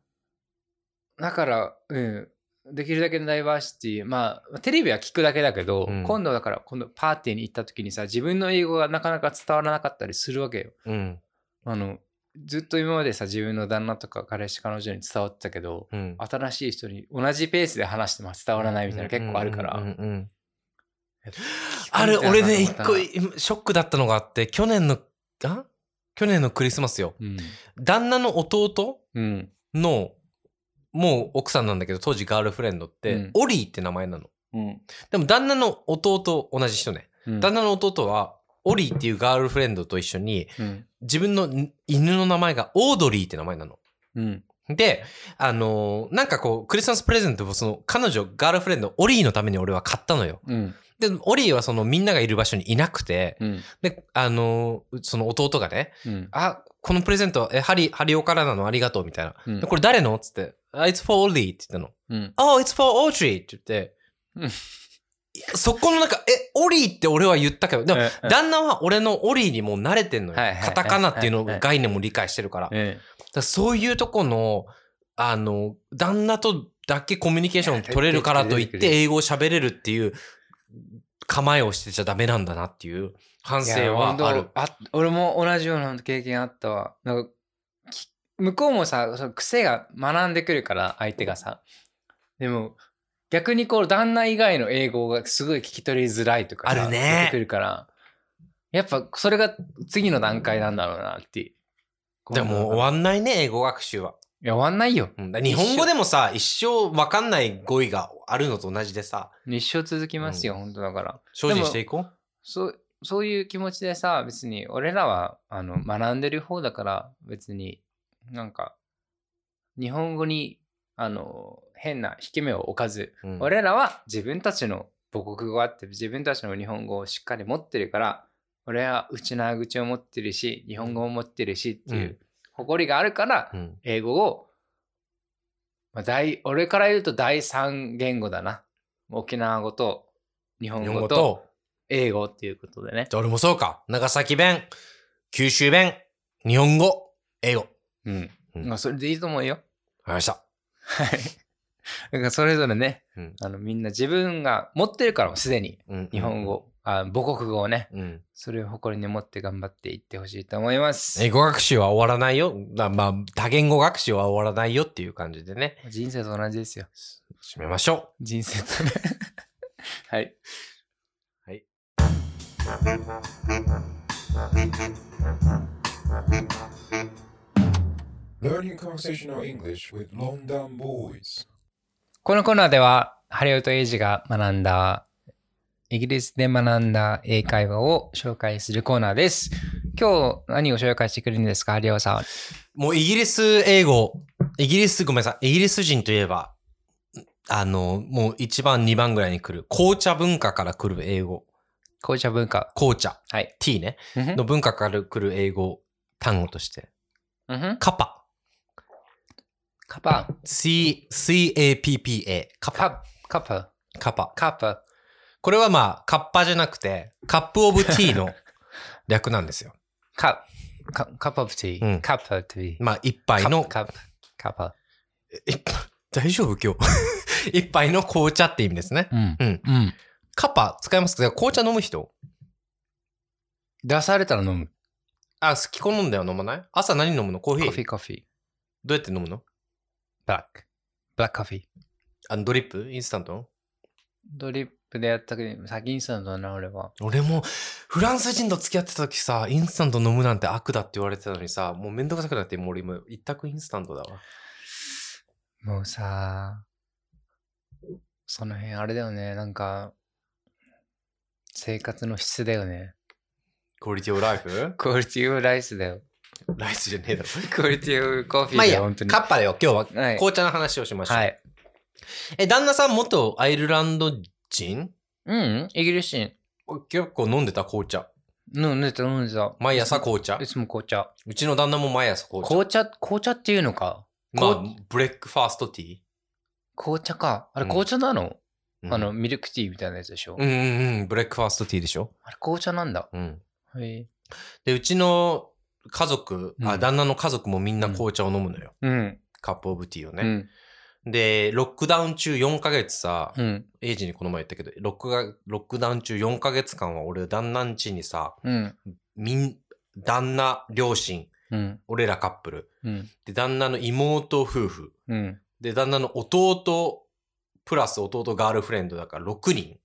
S2: だからうんできるだけのダイバーシティまあテレビは聞くだけだけど、
S1: うん
S2: 今度だから今度パーティーに行った時にさ自分の英語がなかなか伝わらなかったりするわけよ
S1: うん。
S2: あのずっと今までさ自分の旦那とか彼氏彼女に伝わってたけど
S1: うん。
S2: 新しい人に同じペースで話しても伝わらないみたいなの結構あるから、
S1: うんうんうんうん
S2: やっぱ
S1: あ
S2: 聞
S1: れ、
S2: くみ
S1: 俺
S2: た
S1: ね、
S2: いな
S1: 一
S2: のが
S1: 個今ショックだったのがあって、去年の、あ去年のクリスマスよ。
S2: うん、
S1: 旦那の弟
S2: うん、
S1: の、もう奥さんなんだけど、当時ガールフレンドって、
S2: うん
S1: オリーって名前なの。
S2: うん
S1: でも旦那の弟、同じ人ね。
S2: うん
S1: 旦那の弟は、オリーっていうガールフレンドと一緒に、
S2: うん
S1: 自分の犬の名前がオードリーって名前なの。
S2: うん
S1: で、あのーなんかこう、クリスマスプレゼントをその、彼女、ガールフレンド、オリーのために俺は買ったのよ。
S2: うん
S1: で、オリーはその、みんながいる場所にいなくて、
S2: うん
S1: で、あのーその弟がね、
S2: うん
S1: あ、このプレゼント、え、ハリ、ハリオからなのありがとう、みたいな。
S2: うん
S1: でこれ誰のつって、あ、it's for Oli って言ったの。
S2: うん
S1: あ、it's for Audrey って言って
S2: うん、
S1: いやそこの中、え、オリーって俺は言ったけど、でも、
S2: うん
S1: 旦那は俺のオリーにもう慣れてんのよ
S2: はいはいは。い
S1: カタカナっていうの
S2: はいはい
S1: 概念も理解してるから。だか
S2: え
S1: らそういうとこの、あの、旦那とだけコミュニケーション取れるからといっ
S2: 出てくる出てくる
S1: て英語を喋れるっていう構えをしてちゃダメなんだなっていう
S2: え
S1: 反
S2: いや
S1: 省は
S2: 本当
S1: ある。
S2: あ俺も同じような経験あったわなんかき向こうもさその癖が学んでくるから相手がさでも逆にこう旦那以外の英語がすごい聞き取りづらいとかさ
S1: あるね
S2: 出てくるからやっぱそれが次の段階なんだろうなって
S1: でも終
S2: い
S1: わんないね、英語学習は。
S2: や終わんないよ
S1: うんだから日本語でもさ、一生わかんない語彙があるのと同じでさ、
S2: 一生続きますよ、本当だから
S1: 精進していこう。
S2: そうそういう気持ちでさ別に俺らはあの学んでる方だから別になんか日本語にあの変な引け目を置かず、
S1: うん
S2: 俺らは自分たちの母国語あって自分たちの日本語をしっかり持ってるから俺は内縄口を持ってるし日本語を持ってるしっていううん誇りがあるから、
S1: うん
S2: 英語を、まあ、第俺から言うと第三言語だな沖縄語と日本
S1: 日本
S2: 語
S1: 語
S2: と
S1: と、
S2: 英語っていうことでね。
S1: じゃあ俺もそうか。長崎弁、九州弁、日本語、英語。わ
S2: うん。
S1: うん
S2: まあ、それでいいと思うよ。
S1: かりました。
S2: はい。だからそれぞれね、
S1: うん
S2: あのみんな自分が持ってるからもうすでに
S1: うん
S2: 日本。語、あ母国語をね、
S1: うん。
S2: それを誇りに持って頑張っていってほしいと思います。
S1: 英語学習は終わらないよ。だまあ、多言語学習は終わらないよっていう感じでね。
S2: 人生と同じですよ。
S1: 締めましょ
S2: 人生とね。 はい。
S5: Learning conversational English with London Boys.
S2: このコーナーでは、ハリオとエイジが学んだ、イギリスで学んだ英会話を紹介するコーナーです。今日何を紹介してくれるんですか、ハリオさん。
S1: う。もうイギリス英語、イギリス、ごめんなさい。イギリス人といえば、あの、もう1番、2番ぐらいに来る、紅茶文化から来る英語。
S2: 紅茶文化。
S1: 紅茶、
S2: はい。
S1: tea ね。
S2: うんふん
S1: の文化から来る英語単語として、
S2: うんふん
S1: カパ。
S2: カパ。
S1: C、C-A-P-P-A。カパ。
S2: カカッパ
S1: カパ。
S2: カッパ
S1: これはまあ、カッパじゃなくて、カップオブティーの略なんですよ。
S2: カカカップオブティ
S1: うん
S2: ーカップオブティー
S1: まあ、一杯の、
S2: カップカッパ
S1: 一杯 大丈夫今日。 一杯の紅茶って意味ですね。
S2: うん
S1: うん
S2: うん
S1: カパ使いますけど、紅茶飲む人
S2: 出されたら飲む
S1: あ、好き好んだよ飲まない朝何飲むのコーヒー
S2: コーヒーコーヒー
S1: どうやって飲むの
S2: ブラックブラックコーヒー
S1: あのドリップインスタント
S2: ドリップでやったけど先にしたんだな俺は
S1: 俺も、フランス人と付き合ってた時さ、インスタント飲むなんて悪だって言われてたのにさ、もうめんどくさくなって、もう俺今一択インスタントだわ。
S2: もうさその辺あれだよねなんか生活の質だよね
S1: クオリティオブライフ
S2: クオリティオブライスだよ
S1: ライスじゃねえだろ。
S2: クオリティオブコーヒー
S1: まあ
S2: だ
S1: いい
S2: よ
S1: や、カ
S2: 本当に
S1: ッパだよ、今日は。
S2: はい
S1: 紅茶の話をしましょう。
S2: はい
S1: え、旦那さん元アイルランド人
S2: うんイギリス人
S1: 結構飲んでた紅茶。
S2: 飲んでた飲んでた。
S1: 毎朝紅茶
S2: い。つも紅茶。
S1: うちの旦那も毎朝紅茶。
S2: 紅茶、紅茶っていうのか。
S1: まあ、ブレックファーストティー。
S2: 紅茶か。あれ
S1: うん
S2: 紅茶なの、
S1: うん
S2: あの、、ミルクティーみたいなやつでしょ、
S1: うんうんうん、ブレックファーストティーでしょ。
S2: あれ紅茶なんだ。
S1: うん。
S2: はい。
S1: で、うちの家族、
S2: う
S1: あ、
S2: ん
S1: 旦那の家族もみんな紅茶を飲むのよ。
S2: うん。
S1: カップオブティーを
S2: う
S1: ね。
S2: ん。
S1: で、ロックダウン中4ヶ月さ、
S2: うん。
S1: エイジにこの前言ったけど、ロックが、ロックダウン中4ヶ月間は俺、旦那ん家にさ、
S2: うん。
S1: みん、旦那、両親、
S2: うん。
S1: 俺らカップル。
S2: うん。
S1: で、旦那の妹夫婦。
S2: うん。
S1: で、旦那の弟、プラス弟ガールフレンドだから6人。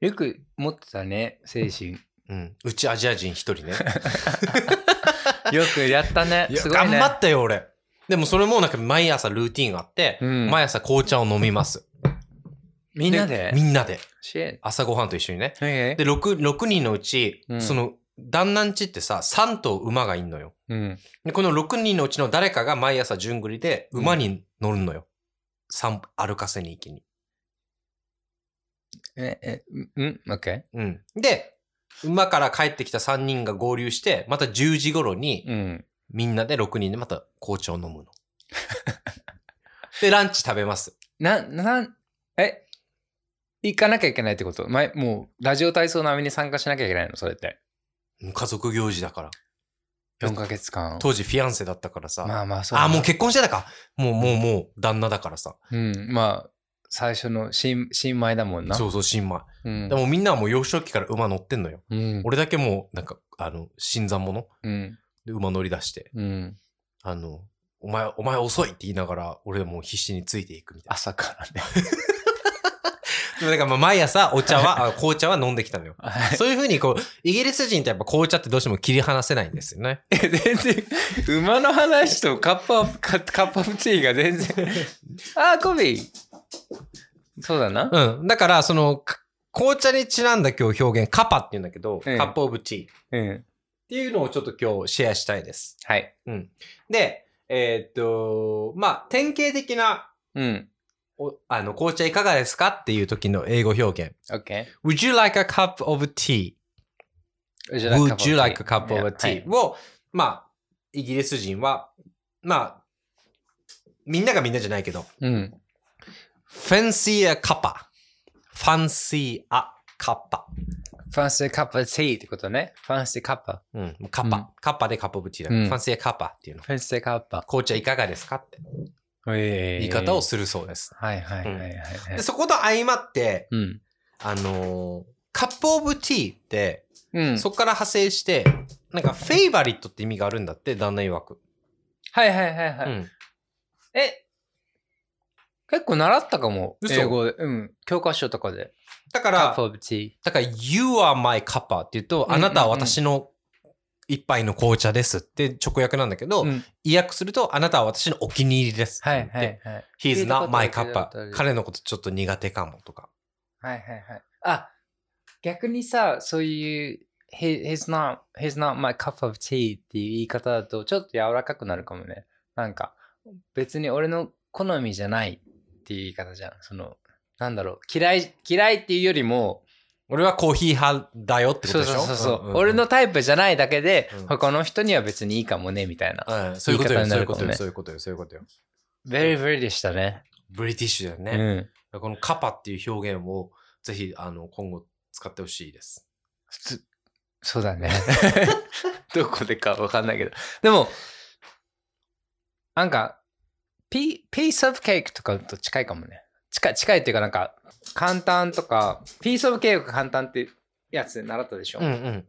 S2: よく持ってたね、精 神。
S1: うん。うちアジア人1人ね。
S2: よくやったね
S1: い。や
S2: すごいね。
S1: 頑張ったよ、俺。でもそれもなんか毎朝ルーティンがあって、
S2: うん
S1: 毎朝紅茶を飲みます。
S2: みんなで。
S1: みんなで。
S2: シェ
S1: 朝ごはんと一緒にね。
S2: で
S1: で、6、六人のうち、
S2: うん
S1: その、旦那んちってさ、3頭馬がいんのよ。
S2: うん。
S1: で、この6人のうちの誰かが毎朝順繰りで馬に乗るのよ。散歩歩かせに行きに。
S2: え、え、うんオッケ
S1: うん。で、馬から帰ってきた3人が合流して、また10時頃
S2: ー。
S1: に、
S2: うん。
S1: みんなで6人でまた紅茶を飲むの。 で、ランチ食べます。
S2: な、な、え、行かなきゃいけないってこと前、もう、ラジオ体操並みに参加しなきゃいけないのそれって。
S1: うん家族行事だから。
S2: 4ヶ月間。
S1: 当時フィアンセだったからさ。
S2: まあまあ、そうだ
S1: あ、もう結婚してたか。もう、もう、もう、旦那だからさ。
S2: うん。まあ、最初の新、新米だもんな。
S1: そうそう、新米。
S2: うん。
S1: でもみんなはもう幼少期から馬乗ってんのよ。
S2: うん、
S1: 俺だけもう、なんか、あの、新参者
S2: うん。
S1: で馬乗り出して。
S2: うん。
S1: あの、お前、お前遅いって言いながら、俺もう必死についていくみたい
S2: 朝からね。
S1: な。だからまあ 毎朝お茶は、あ紅茶は飲んできたのよ。そういうふうにこう、イギリス人ってやっぱ紅茶ってどうしても切り離せないんですよね。
S2: え全然、馬の話とカップアップ、カカップアップティーが全 然。あー、コビー。そうだな。
S1: うん。だから、その、か紅茶にちなんだ今日表現、カパって言うんだけど、
S2: うん
S1: カップオブティーっ
S2: うん。
S1: ていうのをちょっと今日シェアしたいです。
S2: はい。
S1: で、えーっと、まあ、典型的な、
S2: うん。
S1: おあの、紅茶いかがですかっていう時の英語表現。
S2: オッケ
S1: Would you like a cup of tea?
S2: ー。Would
S1: Would you like a cup of tea?
S2: はい
S1: を、まあ、イギリス人は、まあ、みんながみんなじゃないけど、
S2: うん。
S1: fancy a cuppa。fancy a cuppa。
S2: ファンシーカップティーってことね。ファンシーカップ。
S1: うん、カッパ。
S2: うん
S1: カッパでカップオブティーだ。
S2: うん
S1: fancy a cuppa っていうの。
S2: ファンシーカップ。
S1: 紅茶いかがですかって
S2: 言
S1: 言い方をするそうです。
S2: はいはいはいはいはい
S1: で。そこと相まって、
S2: うん。
S1: あのーカップオブティーって、
S2: うん。
S1: そこから派生して、なんか、フェイバリットって意味があるんだって、旦那曰く。
S2: はいはいはいは
S1: う
S2: い。
S1: ん。
S2: え結構習ったかも。
S1: 嘘
S2: 英語で。うん。教科書とかで。
S1: だか
S2: カ
S1: ら
S2: ップ、オブティー。
S1: だから、You are my cuppa って言うと、
S2: うん
S1: あなたは私の一杯の紅茶ですって直訳なんだけど、
S2: うん
S1: 意訳すると、あなたは私のお気に入りですって
S2: は
S1: 言っ
S2: い
S1: て。
S2: はいはい。聞
S1: He's
S2: いたことあ
S1: not my
S2: る聞いたことあ
S1: cuppa.
S2: る
S1: 彼のことちょっと苦手かもとか。
S2: はいはいはい。あ、逆にさ、そういう、he- he's not, he's not my cup of tea っていう言い方だと、ちょっと柔らかくなるかもね。なんか、別に俺の好みじゃないっていう言い方じゃん。その、なんだろう、嫌い、嫌いっていうよりも、
S1: 俺はコーヒー派だよって
S2: そ
S1: こと
S2: う
S1: でし
S2: そ
S1: ょ
S2: うそうそう、
S1: んんん
S2: 俺のタイプじゃないだけで、
S1: うん
S2: 他の人には別にいいかもね、みたいな。
S1: うん、そういうこと
S2: 言い方
S1: よ、
S2: にな
S1: そういう
S2: る
S1: こ
S2: かも
S1: とよ、
S2: ね
S1: そういうことよ、そういうことよ。
S2: very, very でしたね。
S1: ブリティッシュだよね。
S2: うん。
S1: このカパっていう表現をぜひあの今後使ってほしいです。
S2: 普通、そうだ ね。どこでかわかんないけど。でも、なんか、ピピースオブケーキとかと近いかもね。近い、近いっていうかなんか、簡単とか、ピースオブケーキが簡単ってやつ習ったでしょ。
S1: うん。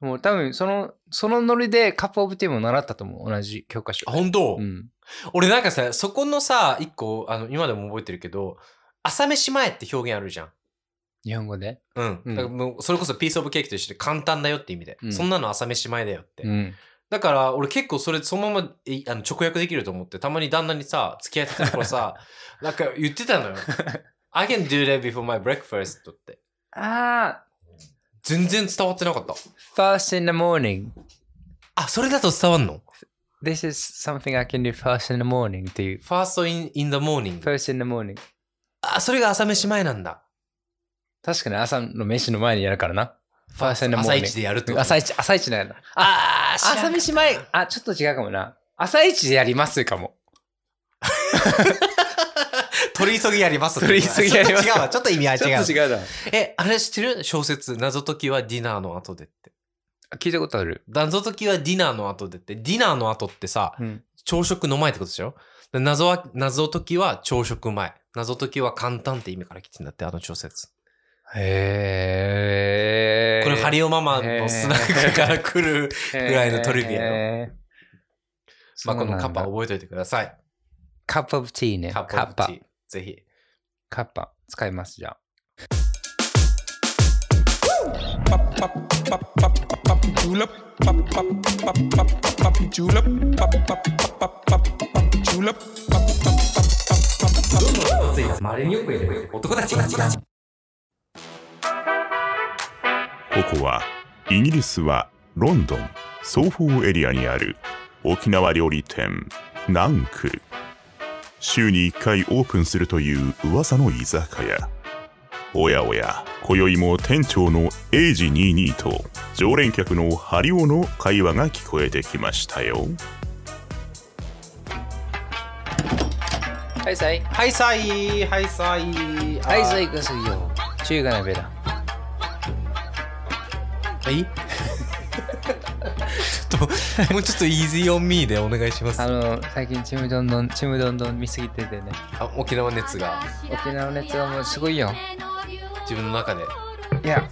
S2: もう多分、その、そのノリでカップオブティーも習ったと思う。同じ教科書。
S1: あ本当、
S2: うん。
S1: 俺なんかさ、そこのさ、一個、あの、今でも覚えてるけど、朝飯前って表現あるじゃん。
S2: 日本語で。
S1: うん。
S2: うん
S1: だからもうそれこそピースオブケーキと一緒で簡単だよって意味で。
S2: うん
S1: そんなの朝飯前だよって。
S2: うん。
S1: だから俺結構それそのままえあの直訳できると思って、たまに旦那にさ、付き合ってた 頃さ、なんか言ってたのよ。I can do that before my breakfast って。
S2: ああ、
S1: 全然伝わってなかった。
S2: first in the morning.
S1: あ、それだと伝わんの
S2: This is something I can do first in the morning っていう。
S1: ?First in, in the morning.
S2: first in the morning.
S1: あ、それが朝飯前なんだ。
S2: 確かに朝の飯の前にやるからな。 First in the morning.
S1: 朝一でやるってこと
S2: 朝一、朝一なんだ。あ、
S1: 知らんかった
S2: 朝飯前、あ、ちょっと違うかもな。朝一でやりますかも。
S1: 取り急ぎやります。
S2: 取り急ぎやります
S1: ちょっと違うわ。ちょっと意味合い違う。
S2: 違うだ。
S1: え、あれ知ってる小説、謎解きはディナーの後でって。
S2: 聞いたことある。
S1: 謎解きはディナーの後でって、ディナーの後ってさ、
S2: うん。
S1: 朝食の前ってことでしょで謎は、謎解きは朝食前。謎解きは簡単って意味から来てんだって、あの小説。
S2: へー。
S1: これ、ハリオママのスナックから 来る、ぐらいのトリビアの
S2: へー。
S1: まあ、このカッパ
S2: そうなんだ
S1: 覚えておいてください。
S2: カップオブティーね。
S1: カッパオブティー。ぜひ。
S2: カッパ使いますじゃあ。
S6: ここはイギリスはロンドンソーフォーエリアにある沖縄料理店ナンクル週に1回オープンするという噂の居酒屋おやおや今宵も店長のエイジ22と常連客のハリオの会話が聞こえてきましたよ
S2: はい、さい。
S1: はい、さい。はい、さい。は
S2: はい、さい、くすよ。中華鍋だ。
S1: い。 ちょっと、もうちょっと easy on me でお願いします
S2: あ。の、最近ちむどんどん、ちむどんどん見すぎててね。
S1: あ沖縄熱が
S2: 沖縄のやつはもうすごいよ。
S1: 自分の中で。
S2: いや、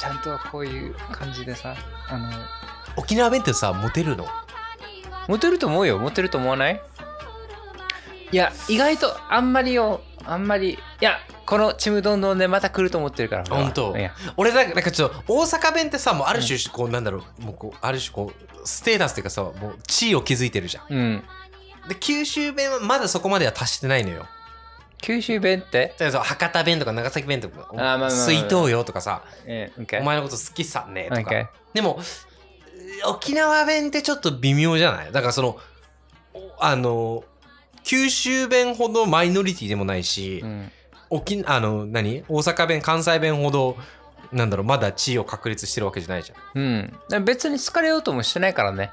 S2: ちゃんとこういう感じでさ、あの、
S1: 沖縄弁ってさ、モテるの
S2: モテると思うよ。モテると思わないいや、意外とあんまりよ、あんまり、いや、このちむどんどんでまた来ると思ってるから。俺は
S1: 本当
S2: いや、
S1: 俺だ、なんかちょっと、大阪弁ってさ、もうある種、こう、なんだろう、もうこう、ある種、こう、ステータスっていうかさ、もう、地位を築いてるじゃん。
S2: うん。
S1: で、九州弁はまだそこまでは達してないのよ。
S2: 九州弁って、
S1: 例えばそう博多弁とか長崎弁とか、
S2: まあまあまあ
S1: 水筒よとかさ、
S2: えー、OK。
S1: お前のこと好きさねとか、
S2: OK。
S1: でも沖縄弁ってちょっと微妙じゃないだからそのおあの九州弁ほどマイノリティでもないし、
S2: うん。
S1: 沖あの何大阪弁関西弁ほどなんだろうまだ地位を確立してるわけじゃないじゃん
S2: うん。別に好かれようともしてないからね。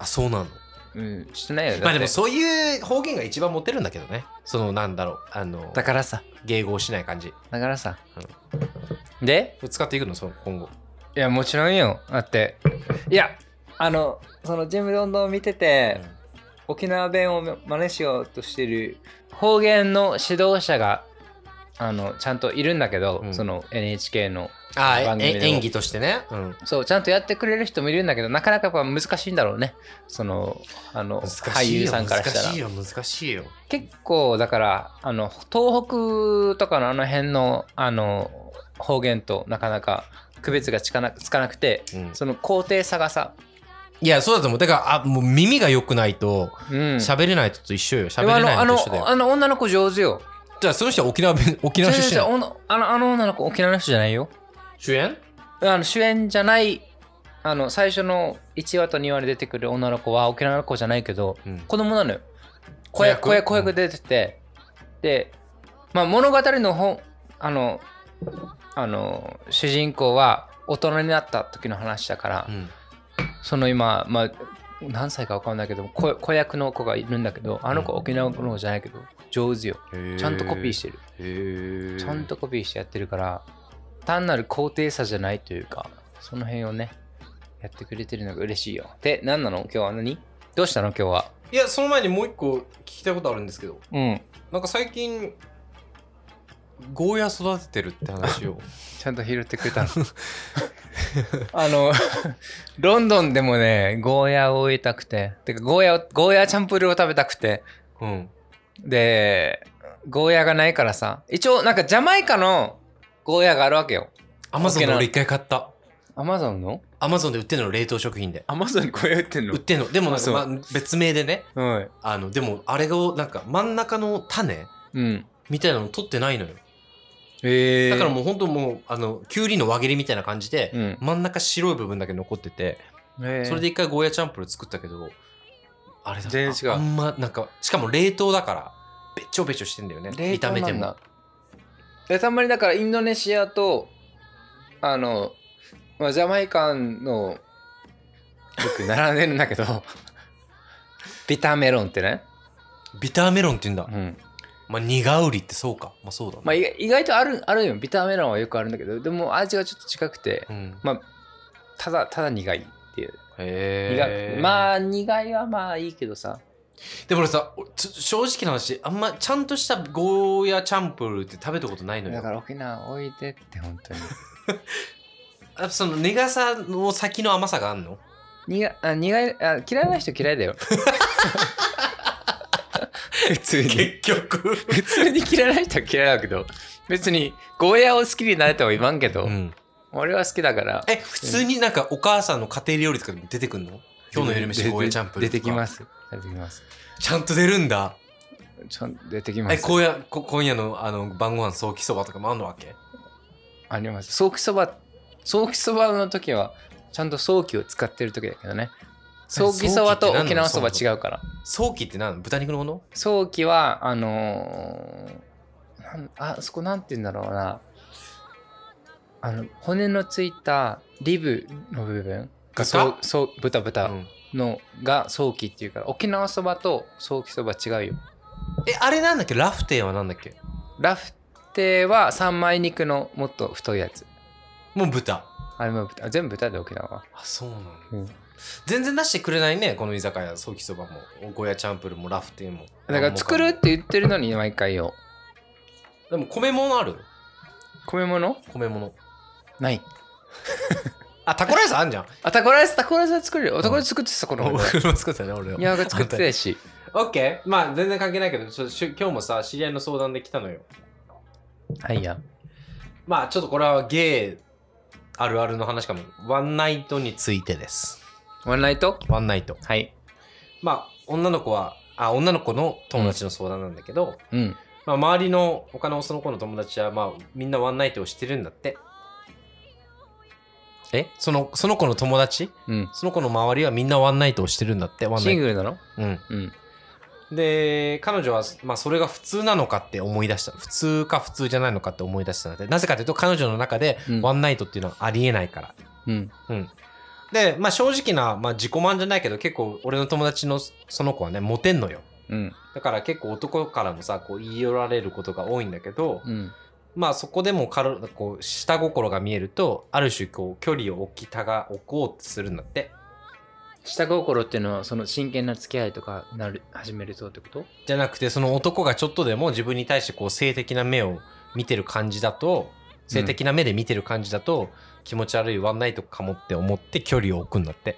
S1: あそうなの
S2: うん、してないよ。
S1: まあ
S2: だっ
S1: でも
S2: て
S1: そういう方言が一番モテるんだけどねそのなんだろうあの
S2: だからさ、
S1: 迎合しない感じ
S2: だからさ。で
S1: 使っていくのその今後
S2: いや、もちろんよ。だって、いや、あの、そのジムどんどん見てて、沖縄弁を真似しようとしてる方言の指導者が、あの、ちゃんといるんだけど、
S1: うん
S2: その NHK の、
S1: あ
S2: 番
S1: え
S2: 組の
S1: え演技としてね、うん、
S2: そう、ちゃんとやってくれる人もいるんだけど、なかなかやっぱ難しいんだろうね。その、あの、
S1: 難
S2: 俳
S1: しい
S2: 優
S1: よ
S2: さんからしたら。
S1: 難しいよ難しいよ
S2: 結構だからあの東北とかのあの辺のあの方言となかなか区別がつかなつかなくて、
S1: うん
S2: その高低差がさ、
S1: いやそうだと思うだからあもう耳が良くないと
S2: うん、
S1: 喋れないとと一緒よ
S2: で
S1: 喋
S2: も
S1: れ
S2: あの
S1: ない
S2: あ
S1: の
S2: の
S1: と一緒だ
S2: あ
S1: よ
S2: の女の子上手よ
S1: じゃあその人は沖縄弁沖縄出身
S2: 違う違う違うお
S1: なの
S2: のあのあの女の子沖縄の人じゃないよ
S1: 主演
S2: あの主演じゃないあの最初の1話と2話で出てくる女の子は沖縄の子じゃないけど、
S1: うん
S2: 子供なのよ
S1: 子
S2: 子
S1: 役
S2: 役子役子役出てて、で、まあ、物語の本あのあの主人公は大人になった時の話だから、
S1: うん
S2: その今、まあ、何歳か分かんないけど子子役の子がいるんだけどあの子
S1: うん
S2: 沖縄の子じゃないけど上手よちゃんとコピーしててる、
S1: る
S2: ちゃんとコピーしてやってるから単なる高低差じゃないというかその辺をねやってくれてるのが嬉しいよで何なの今日は何どうしたの今日はい
S1: やその前にもう一個聞きたいことあるんですけど
S2: うん
S1: なんか最近ゴーヤ育ててるって話 を
S2: ちゃんと拾ってくれたの あのロンドンでもねゴーヤを植えたくててかゴーヤをゴーヤチャンプルーを食べたくて
S1: うん
S2: でゴーヤがないからさ一応なんかジャマイカのゴーヤがあるわけよ
S1: アマゾン
S2: 沖
S1: で
S2: 縄
S1: 俺一回買った
S2: アマゾンの
S1: アマゾンで売ってるの冷凍食品で
S2: アマゾンにゴーヤ売ってん
S1: 売ってんのでもなんか、ま
S2: あ
S1: あ、別名でね
S2: うん
S1: あのでもあれをなんか真ん中の種
S2: うん
S1: みたいなの取ってないのよ
S2: え
S1: だからもう本当もうあのきゅうりの輪切りみたいな感じで、
S2: うん
S1: 真ん中白い部分だけ残ってて、それで一回ゴーヤチャンプルー作ったけどあれだ
S2: 全然違う
S1: あんまなんかしかも冷凍だからべっちょべちょしてんだよね
S2: 冷凍
S1: 炒
S2: なんだ
S1: めても
S2: でたまにだからインドネシアとあの、まあ、ジャマイカンの僕並んでるんだけどビターメロンってね、
S1: ビターメロンって言うんだ
S2: う。ん
S1: まあ、苦売りってそうか。まあ、そうだね。
S2: まあ、意外意外とあるあるよビターメロンはよくあるんだけどでも味がちょっと近くて、
S1: うん。
S2: まあただただ苦いっていう、
S1: へ
S2: 苦
S1: え。
S2: いまあ苦いはまあいいけどさ
S1: でも俺さ、つ正直な話、あんまちゃんとしたゴーヤチャンプルーって食べたことないの
S2: だ
S1: よ
S2: か。ら沖縄おいでって本当に
S1: あその苦さの先の甘さがあんの
S2: 苦あ苦いあ嫌いな人嫌いだよ普通に
S1: 局。
S2: 普通に嫌いな人は嫌いだけど別にゴーヤを好きになれとは言わんけど、
S1: うん。
S2: 俺は好きだから
S1: え、普通になんかお母さんの家庭料理とかでも出てくんの今日の夜飯ゴーヤチャンプルー。
S2: 出てきますす出てきます
S1: ちゃんと出るんだ。
S2: ちゃん出てきま
S1: え、
S2: す
S1: 今夜、こ今夜のあの晩ご飯ソーキそばとかもあんのわけ
S2: ありますソーキそばソーキそばの時はちゃんとソーキを使ってる時だけどねソーキそばと沖縄そば違うから
S1: ソーキって何豚肉のもの
S2: ソーキはあのーなんあそこなんて言うんだろうなあの骨のついたリブの部分
S1: 豚
S2: そうそう豚豚
S1: うん
S2: のがソーキっていうから沖縄そばとソーキそば違うよ
S1: え、あれなんだっけラフテーはなんだっけ
S2: ラフテーは三枚肉のもっと太いやつ
S1: もう豚。
S2: あれも豚全部豚で沖縄は
S1: あ、そうなんだ。
S2: うん
S1: 全然出してくれないね、この居酒屋、ソーキそばも、ゴーヤチャンプルーもラフテーも。
S2: だから作るって言ってるのに毎回よ
S1: でも米物ある
S2: 米物
S1: 米物。
S2: ない
S1: あ、タコライスあんじゃん。
S2: あタコライスタコライスは作れるよタコライス作ってたこの
S1: 俺も作ったね、俺は。
S2: 庭が作ってたし
S1: オッケーまあ全然関係ないけどちょしゅ今日もさ知り合いの相談で来たのよ
S2: はいや
S1: まあちょっとこれはゲイあるあるの話かもワンナイトについてです
S2: ワンナイト
S1: ワンナイト
S2: はい
S1: まあ女の子はあ女の子の友達の相談なんだけど、
S2: うん
S1: まあ、周りの他のその子の友達はまあみんなワンナイトをしてるんだって
S2: え
S1: そのその子の友達
S2: うん
S1: その子の周りはみんなワンナイトをしてるんだってワンナ
S2: シ
S1: イ
S2: ン
S1: ト
S2: グルなの
S1: うん
S2: うん
S1: で彼女は、まあ、それが普通なのかって思い出した普通か普通じゃないのかって思い出したのでなぜかというと彼女の中で
S2: うん
S1: ワンナイトっていうのはありえないから、
S2: うん
S1: で、まあ、正直な、まあ、自己満じゃないけど結構俺の友達のその子はねモテんのよ
S2: うん
S1: だから結構男からもさこう言い寄られることが多いんだけど、
S2: うん
S1: まあそこでも軽こう下心が見えるとある種こう距離を置きたが置こうとするんだって
S2: 下心っていうのはその真剣な付き合いとかなる始めるとってこと
S1: じゃなくてその男がちょっとでも自分に対してこう性的な目を見てる感じだと性的な目で見てる感じだと、気持ち悪いワンナイトかもって思って距離を置くんだって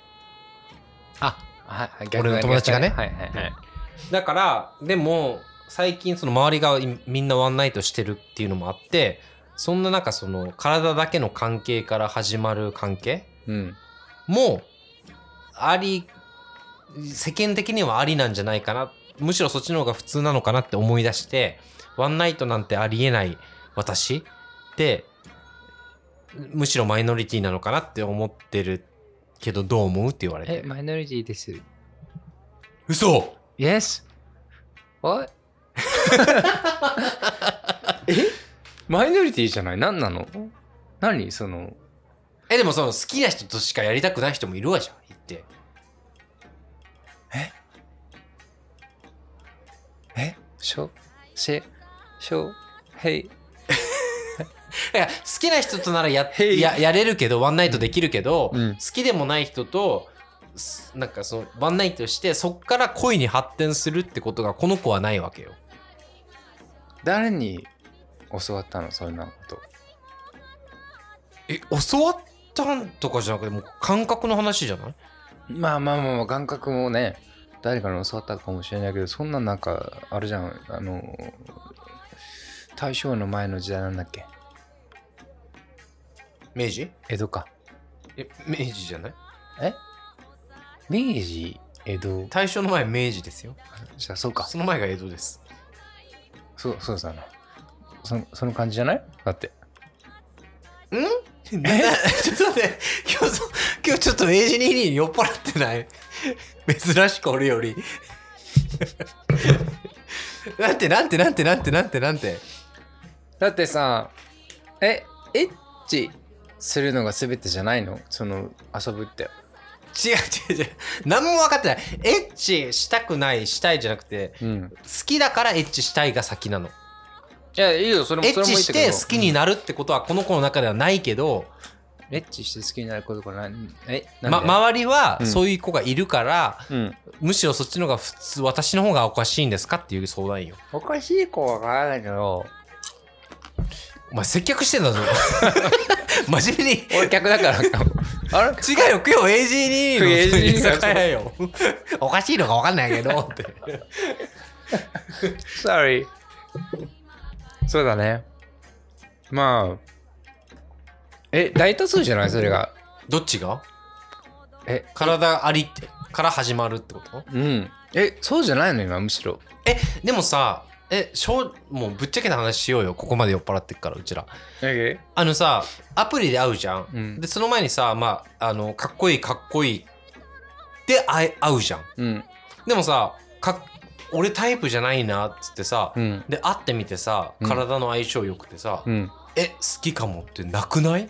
S2: あはいはい
S1: 俺の友達がね
S2: はいはいはい
S1: だからでも最近その周りがいみんなワンナイトしてるっていうのもあってそんな中その体だけの関係から始まる関係
S2: うん
S1: もあり世間的にはありなんじゃないかなむしろそっちの方が普通なのかなって思い出してワンナイトなんてありえない私ってむしろマイノリティなのかなって思ってるけどどう思うって言われ
S2: え
S1: て
S2: マイノリティです
S1: 嘘
S2: Yes What? えマイノリティじゃない何なの何その
S1: えでもその好きな人としかやりたくない人もいるわじゃん言って
S2: えしょししょへい
S1: だから好きな人となら や
S2: Hey
S1: ややれるけどワンナイトできるけど、
S2: うん
S1: 好きでもない人とすなんかそのワンナイトしてそっから恋に発展するってことがこの子はないわけよ
S2: 誰に教わったのそんなこと
S1: え教わったんとかじゃなくてもう感覚の話じゃない
S2: まあまあまあまあ感覚もね誰かに教わったかもしれないけどそんななんかあれじゃんあの大正の前の時代なんだっけ
S1: 明治
S2: 江戸か
S1: え明治じゃない
S2: 明治江戸
S1: 大正の前明治ですよ
S2: じゃあそうか
S1: その前が江戸です
S2: そうそうだなそその感じじゃないだって
S1: え ちょっと待って今日そ今日ちょっと明治にに酔っ払ってない珍しく俺より なんてなんてなんてなんてなんてなんて
S2: だってさえエッチするのが全てじゃないのその遊ぶって
S1: 違う違う違う。何も分かってない。エッチしたくない、したいじゃなくて、
S2: うん
S1: 好きだからエッチしたいが先なの。
S2: いやいいよそれも
S1: エ
S2: それ
S1: ッ
S2: も
S1: チ
S2: いい
S1: し
S2: んだけ
S1: て
S2: ど
S1: 好きになるってことはこの子の中ではないけど、
S2: エッチして好きになることからないえ
S1: ま、周りは
S2: うん
S1: そういう子がいるから、
S2: うん
S1: むしろそっちの方が普通、私の方がおかしいんですかっていう相談よ。
S2: おかしい子は分からないけど
S1: お前接客してんだぞ。 真面目に。
S2: 俺客だからかも あれ
S1: 違うよ、今日 AG2 の
S2: 今日 AG2
S1: 居酒屋よ。 おかしいのか分かんないけどって。
S2: Sorry そうだねまあえ大多数じゃないそれが
S1: どっちが
S2: え
S1: 体ありって、から始まるってこと
S2: うんえそうじゃないの今むしろ
S1: え、でもさ、え、しょうもうぶっちゃけな話しようよ。ここまで酔っ払ってっから、うちら。
S2: え
S1: あのさ、アプリで会うじゃん。
S2: うん
S1: で、その前にさ、まあ、あの、かっこいい、かっこいいで会え会うじゃん。
S2: うん
S1: でもさ、かっ俺タイプじゃないなっつってさ、
S2: うん
S1: で、会ってみてさ、
S2: うん
S1: 体の相性良くてさ、
S2: うん
S1: え、好きかもってなくない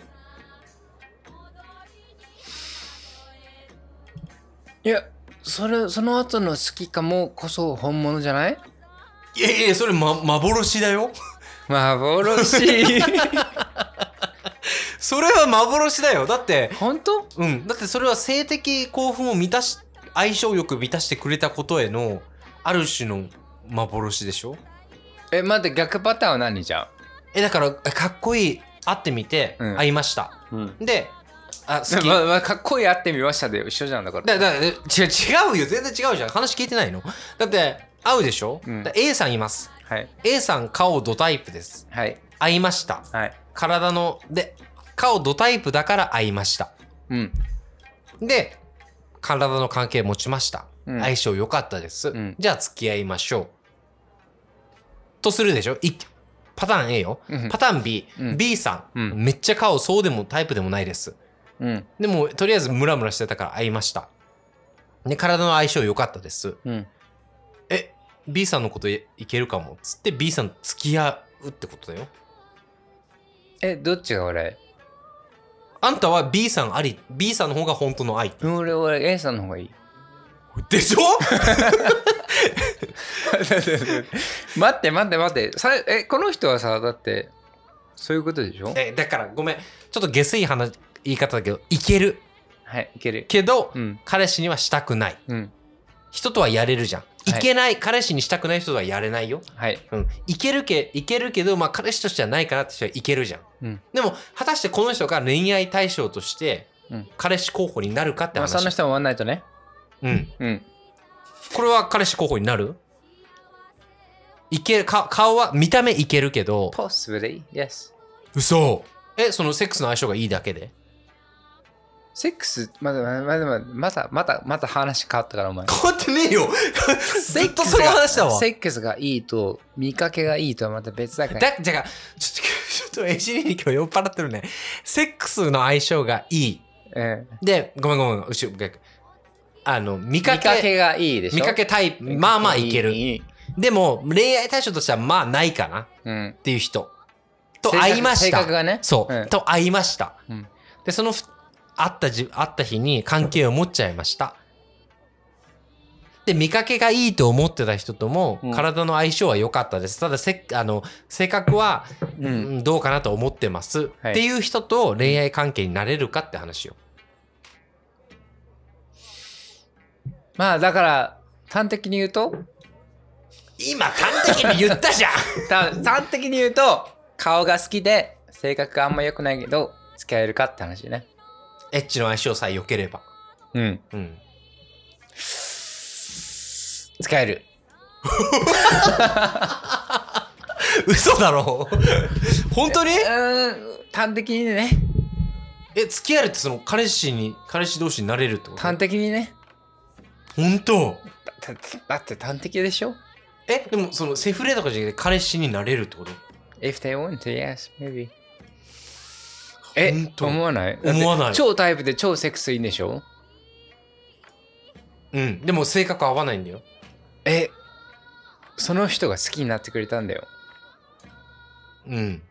S2: いやそれその後の好きかもこそ本物じゃない
S1: いやいや、それ、ま、幻だよ。
S2: 幻
S1: それは幻だよ。だって、
S2: 本当
S1: うん。だってそれは性的興奮を満たし、相性よく満たしてくれたことへの、ある種の幻でしょ
S2: え待って逆パターンは何 じゃ
S1: え、だから、えかっこいい。会ってみて、
S2: うん
S1: 会いました。
S2: うん
S1: で、あ、好き。
S2: まあまあかっこいい会ってみましたで一緒じゃんだから
S1: だだえ違う違うよ。全然違うじゃん。話聞いてないのだって、会うでしょ、
S2: うん
S1: だ ?A さんいます。
S2: はい
S1: A さん、顔ドタイプです。
S2: はい
S1: 会いました。
S2: はい
S1: 体の、で、顔ドタイプだから会いました。
S2: うん
S1: で、体の関係持ちました。
S2: うん
S1: 相性良かったです、
S2: ん
S1: じゃあ付き合いましょう。とするでしょいパターン A よ。
S2: うん
S1: パターン B、
S2: うん
S1: B さん,、
S2: うん
S1: めっちゃ顔そうでもタイプでもないです。
S2: うん
S1: でも、とりあえずムラムラしてたから会いました。で、体の相性良かったです。
S2: うん
S1: え、B さんのこといいけるかも。つって B さんと付き合うってことだよ。
S2: えどっちが俺
S1: あんたは B さんあり、B さんの方が本当の愛。
S2: 俺俺 A さんの方がいい
S1: でしょ
S2: 待って待って待ってさえこの人はさだってそういうことでしょ
S1: え、だからごめん。ちょっと下水話、言い方だけど、いける。
S2: はいいける
S1: けど、
S2: うん
S1: 彼氏にはしたくない
S2: うん
S1: 人とはやれるじゃん、
S2: い
S1: い、けない彼氏にしたくない人とはやれないよ、
S2: はい
S1: うん、いけるけいけるけど、まあ、彼氏としてはないかなって人はいけるじゃん、
S2: うん
S1: でも果たしてこの人が恋愛対象として
S2: うん
S1: 彼氏候補になるかって
S2: まあ
S1: 話、
S2: そんな人も終わんないとね
S1: うん、
S2: うん
S1: これは彼氏候補になるいけるか顔は見た目いけるけど
S2: possibly yes
S1: 嘘えそのセックスの相性がいいだけで
S2: セックス、まだまだまだまだまだまだ話変わったからお前。
S1: 変わってね えよずっとその話だわ
S2: セックスがいいと見かけがいいとはまた別だから。
S1: だ、じゃあ、ちょっと、ちょっと、エジリに今日酔っ払ってるね。セックスの相性がいい。
S2: うん、
S1: で、ごめんごめん、後ろ、逆。あの、見
S2: 見
S1: か
S2: か
S1: け、見かけ
S2: けがいいでしょ。
S1: タイプ、まあまあいける。
S2: い
S1: でも、恋愛対象としてはまあないかなっ
S2: うん。
S1: ていう人。と
S2: 性格
S1: 会いまし
S2: 性
S1: た。
S2: 格がね
S1: そう、
S2: うん
S1: と会いました。
S2: うん
S1: で、そのふ、会ったじ、会った日に関係を持っちゃいました。で、見かけがいいと思ってた人とも
S2: うん、
S1: 体の相性は良かったです。ただせ、あの、性格は、
S2: う。
S1: うんんどうかなと思ってます、
S2: はい
S1: っていう人と恋愛関係になれるかって話よ。
S2: まあだから、端的に言うと、
S1: 今端的に言っ たじゃん
S2: た端的に言うと、顔が好きで、性格があんま良くないけど、付き合えるかって話ね。
S1: エッチの相性さえ良ければ。
S2: うん。
S1: うん。
S2: 付き合える。
S1: 嘘だろ本当に
S2: うん、端的にね。
S1: え、付き合えるってその彼氏に、彼氏同士になれるってこと
S2: 端的にね。
S1: 本当
S2: だだって端的でしょ
S1: え、でもそのセフレとかじゃなくて彼氏になれるってこと
S2: If they want to, yes, maybe. え
S1: 本、当
S2: 思わない
S1: 思わない
S2: だって超タイプで超セックスいいんでしょ
S1: うん。でも性格合わないんだよ。
S2: え、その人が好きになってくれたんだよ。
S1: うん。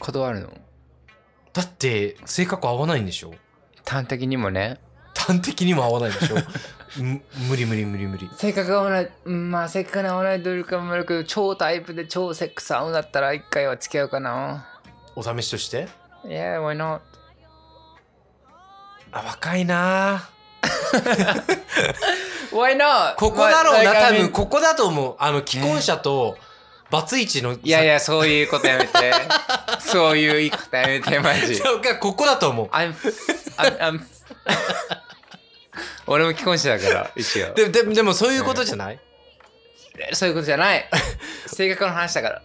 S2: 断るの
S1: だって性格合わないんでしょ
S2: 端的にもね
S1: 端的にも合わない でしょむ無理無理無理無理
S2: 性格が合わないうんまあ性格が合わないというかもあるけど超タイプで超セックス合うんだったら一回は付き合うかな
S1: お試しとして
S2: Yeah why not
S1: あ若いな
S2: Why not
S1: ここだろうな
S2: Like,
S1: 多
S2: I mean-
S1: 分ここだと思うあの既婚者とバツイチの
S2: いやい
S1: や
S2: やそういうことやめてそういう言い方やめてマジ
S1: がここだと思う
S2: I'm, I'm, I'm 俺も既婚者だから一応
S1: でででもそういうことじゃない
S2: そういうことじゃない性格の話だから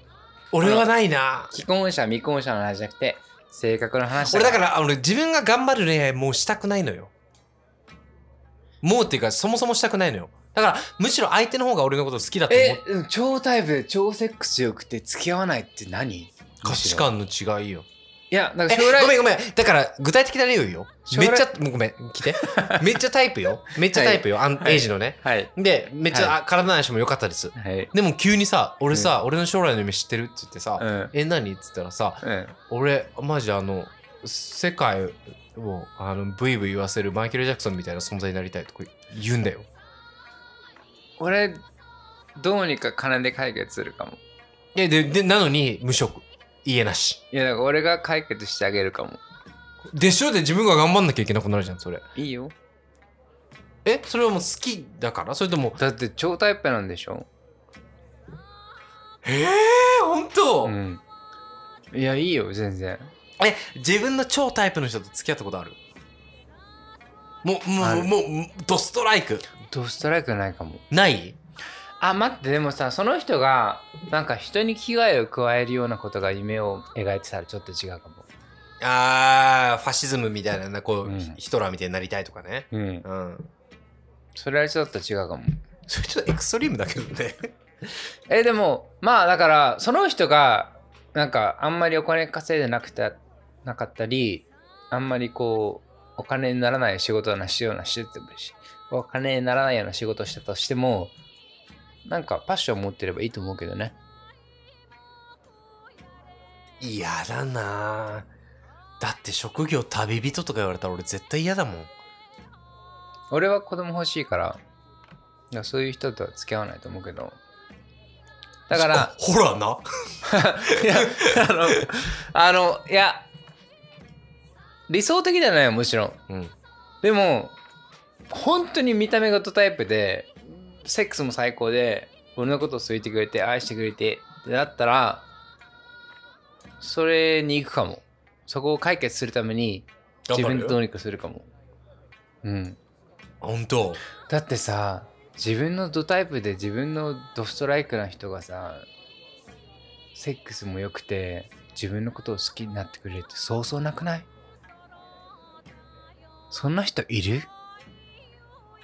S1: 俺はないな
S2: 既婚者未婚者の話じゃなくて性格の話
S1: 俺だかららあの自分が頑張る恋愛もうしたくないのよもうっていうかそもそもしたくないのよだからむしろ相手の方が俺のこと好きだと思
S2: え
S1: う
S2: うん超タイプで超セックスよくて付き合わないって何
S1: 価値観の違いよ
S2: いやだか
S1: え
S2: ら将来
S1: ごめんごめんだから具体的な例を言うよ
S2: 将
S1: め
S2: 来
S1: っちゃもうごめん聞 いてめっちゃタイプよめっちゃタイプよ、あん
S2: い
S1: エイジのね
S2: はい
S1: でめっちゃ、
S2: は
S1: あ体の話も良かったです
S2: はい
S1: でも急にさ俺さ、俺の将来の夢知ってるって言ってさ、
S2: うん
S1: え何っつったらさ
S2: うん
S1: 俺マジあの世界をあのブイブイ言わせるマイケル・ジャクソンみたいな存在になりたいとか言うんだよ
S2: 俺どうにか金で解決するかも
S1: いやででなのに無職家なし
S2: いやだから俺が解決してあげるかも
S1: でしょで自分が頑張んなきゃいけなくなるじゃんそれ
S2: いいよ
S1: えそれはもう好きだからそれとも
S2: だって超タイプなんでしょ
S1: ええ本当
S2: うんいやいいよ全然
S1: え自分の超タイプの人と付き合ったことあるもう
S2: あ
S1: もう
S2: る
S1: もうもうドストライク
S2: ドストライクないかも
S1: ない
S2: あ待ってでもさその人がなんか人に危害を加えるようなことが夢を描いてたらちょっと違うかも
S1: あーファシズムみたいななこう、
S2: うん
S1: ヒトラーみたいになりたいとかね
S2: うん
S1: うん
S2: それはちょっと違うかも
S1: それちょっとエクストリームだけどね
S2: えでもまあだからその人がなんかあんまりお金稼いでなくてなかったりあんまりこうお金にならない仕事をなしようなしててもいいしお金にならないような仕事をしたとしてもなんかパッション持ってればいいと思うけどね
S1: 嫌だなぁだって職業旅人とか言われたら俺絶対嫌だもん
S2: 俺は子供欲しいからいやそういう人とは付き合わないと思うけどだから
S1: ほらない
S2: やあのあのいや理想的ではないよもちろん
S1: うん
S2: でも本当に見た目がドタイプでセックスも最高で俺のことを好いてくれて愛してくれてってなったらそれに行くかもそこを解決するために自分でどうにかするかもうん
S1: 本当
S2: だってさ自分のドタイプで自分のドストライクな人がさセックスも良くて自分のことを好きになってくれるってそうそうなくないそんな人いる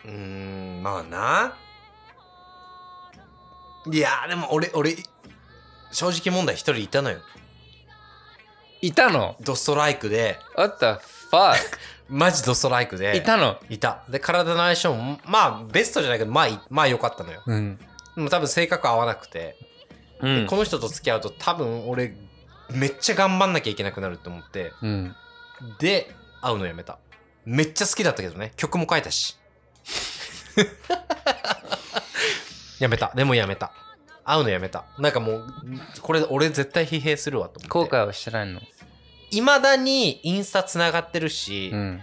S1: うーんまあないやーでも俺俺正直問題一人いたのよ
S2: いたの
S1: ドストライクで
S2: What the fuck?
S1: マジドストライク で
S2: いたの
S1: いたで体の相性もまあベストじゃないけどまあいまあ良かったのよ
S2: うん。
S1: でも多分性格合わなくて、
S2: うん
S1: この人と付き合うと多分俺めっちゃ頑張んなきゃいけなくなると思って
S2: うん。
S1: で会うのやめためっちゃ好きだったけどね曲も書い たしやめたでもやめた会うのやめたなんかもうこれ俺絶対疲弊するわと思
S2: 後
S1: って
S2: 悔はしてないの。
S1: いまだにインスタつながってるし、
S2: うん。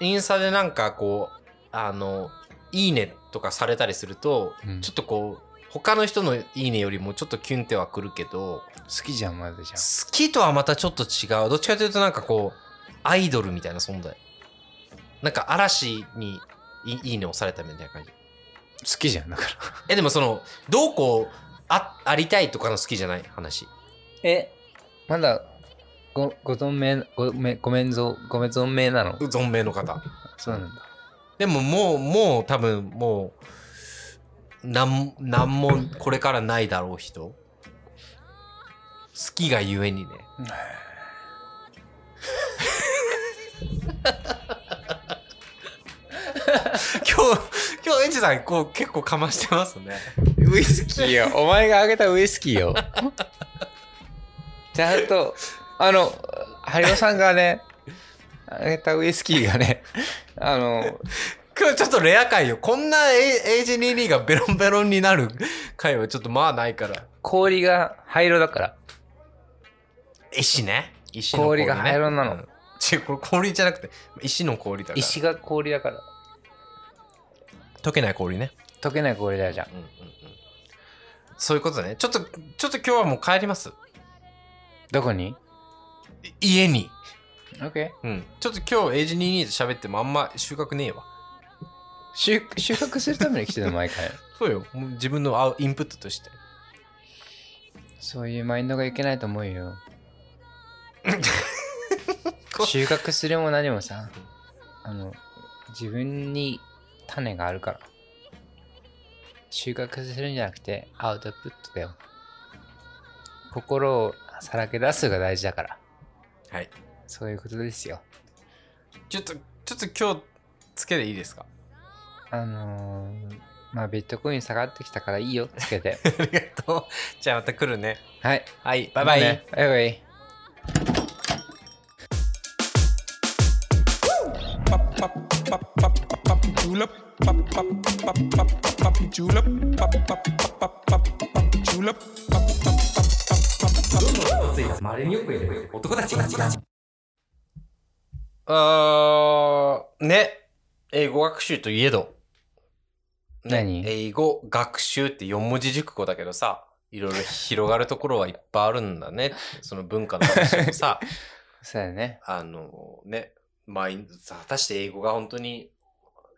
S1: インスタでなんかこうあの「いいね」とかされたりすると、
S2: うん
S1: ちょっとこう他の人の「いいね」よりもちょっとキュンってはくるけど
S2: 好きじゃん、まだじゃん。
S1: 好きとはまたちょっと違うどっちかというとなんかこうアイドルみたいな存在なんか嵐にいいいねをされたみたいな感じ
S2: 好きじゃん、だから。
S1: えでもそのどうこうあありたいとかの好きじゃない話
S2: えまだご、ご存命、ごめ、ごめんぞ、ごめん存命なの。
S1: 存命の方
S2: そうなんだ。
S1: でももうもう多分もうなんなんもこれからないだろう人好きがゆえにね 今日今日エンジさんこう結構かましてますね
S2: ウイスキー よ。 お前があげたウイスキーよ。ちゃんと、あの、ハリオさんがね、あげたウイスキーが ね、あの、
S1: 今日ちょっとレア回よ。こんな A- AG22 がベロンベロンになる回はちょっとまあないから。
S2: 氷が灰色だから、
S1: 石ね。石の
S2: 氷が灰
S1: ね。
S2: 色なの。
S1: 違う、これ氷じゃなくて、石の氷だから。
S2: 石が氷だから、
S1: 溶けない氷ね。
S2: 溶けない氷だじゃん。
S1: そういうことね。ちょっと、ちょっと今日はもう帰ります。
S2: どこに
S1: 家に。
S2: ?OK。
S1: うん。ちょっと今日 AG22 で喋ってもあんま収穫ねえわ。
S2: 収収穫するために来てるの、毎回。
S1: そうよ。もう自分のあインプットとして。
S2: そういうマインドがいけないと思う よ。
S1: こ
S2: 収穫するも何もさ、あの、自分に種があるから。収穫するんじゃなくて、アウトプットだよ。心をさらけ出すが大事だから。
S1: はい。
S2: そういうことですよ。
S1: ちょっと、ちょっと今日、つけでいいですか
S2: あのー、まあ、ビットコイン下がってきたからいいよ、つけ て。
S1: ありがとう。じゃあまた来るね。
S2: はい。
S1: はい、バイバイ。
S2: まあねバイバイ。
S1: あー、ね。英語学習といえど。
S2: 何
S1: 英語学習って4文字熟語だけどさ、いろいろ広がるところはいっぱいあるんだね。その文化の話もさ、
S2: そうだよね。
S1: あのね、マイン果たして英語が本当に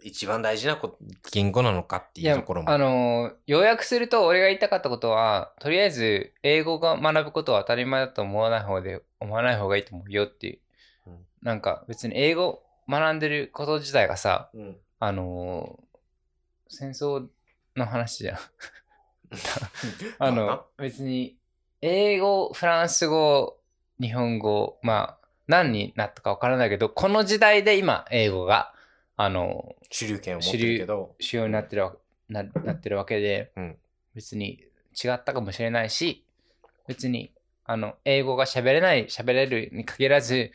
S1: 一番大事なこ言語なのかって
S2: い
S1: いう
S2: や
S1: ところも。
S2: あのー要約すると俺が言いたかったことはとりあえず英語が学ぶことは当たり前だと思わない方で思わない方がいいと思うよっていう、
S1: うん
S2: なんか別に英語学んでること自体がさ
S1: うん
S2: あのー戦争の話じゃん あ
S1: ま
S2: の別に英語フランス語日本語まあ何になったかわからないけどこの時代で今英語があのー
S1: 主流権を持ってるけど、
S2: 主要になってるわななってるわけで、
S1: うん
S2: 別に違ったかもしれないし別にあの英語が喋れない喋れるに限らず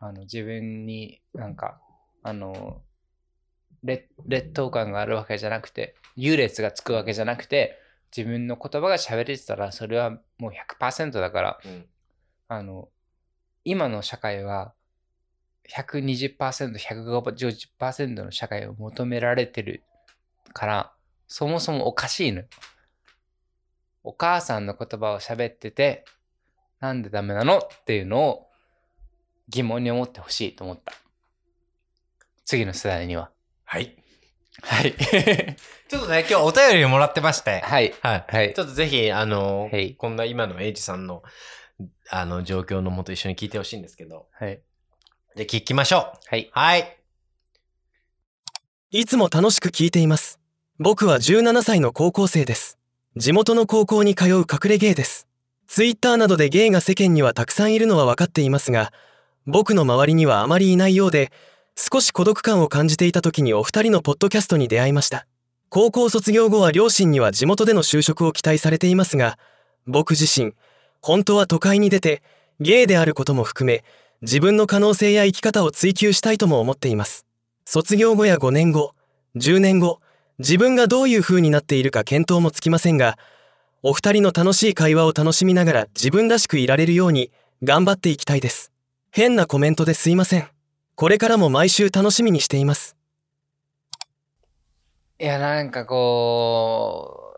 S2: あの自分になんかあの劣劣等感があるわけじゃなくて優劣がつくわけじゃなくて自分の言葉が喋れてたらそれはもう100%だから
S1: うん
S2: あの今の社会は 120%150% の社会を求められてるからそもそもおかしいのよお母さんの言葉を喋っててなんでダメなのっていうのを疑問に思ってほしいと思った次の世代には
S1: はい。
S2: はい
S1: ちょっとね、今日お便りもらってまして。
S2: はい
S1: はい。
S2: はい
S1: ちょっとぜひ、あの、
S2: はい
S1: こんな今のエイジさんの、あの、状況のもと一緒に聞いてほしいんですけど。
S2: はい
S1: じゃあ聞きましょう。
S2: はい
S1: はい。
S7: いつも楽しく聞いています。僕は17歳の高校生です。地元の高校に通う隠れゲイです。ツイッターなどでゲイが世間にはたくさんいるのは分かっていますが、僕の周りにはあまりいないようで、少し孤独感を感じていた時にお二人のポッドキャストに出会いました。高校卒業後は両親には地元での就職を期待されていますが、僕自身、本当は都会に出て、ゲイであることも含め、自分の可能性や生き方を追求したいとも思っています。卒業後や5年後、10年後、自分がどういう風になっているか見当もつきませんが、お二人の楽しい会話を楽しみながら自分らしくいられるように頑張っていきたいです。変なコメントですいません。これからも毎週楽しみにしています。
S2: いやなんかこ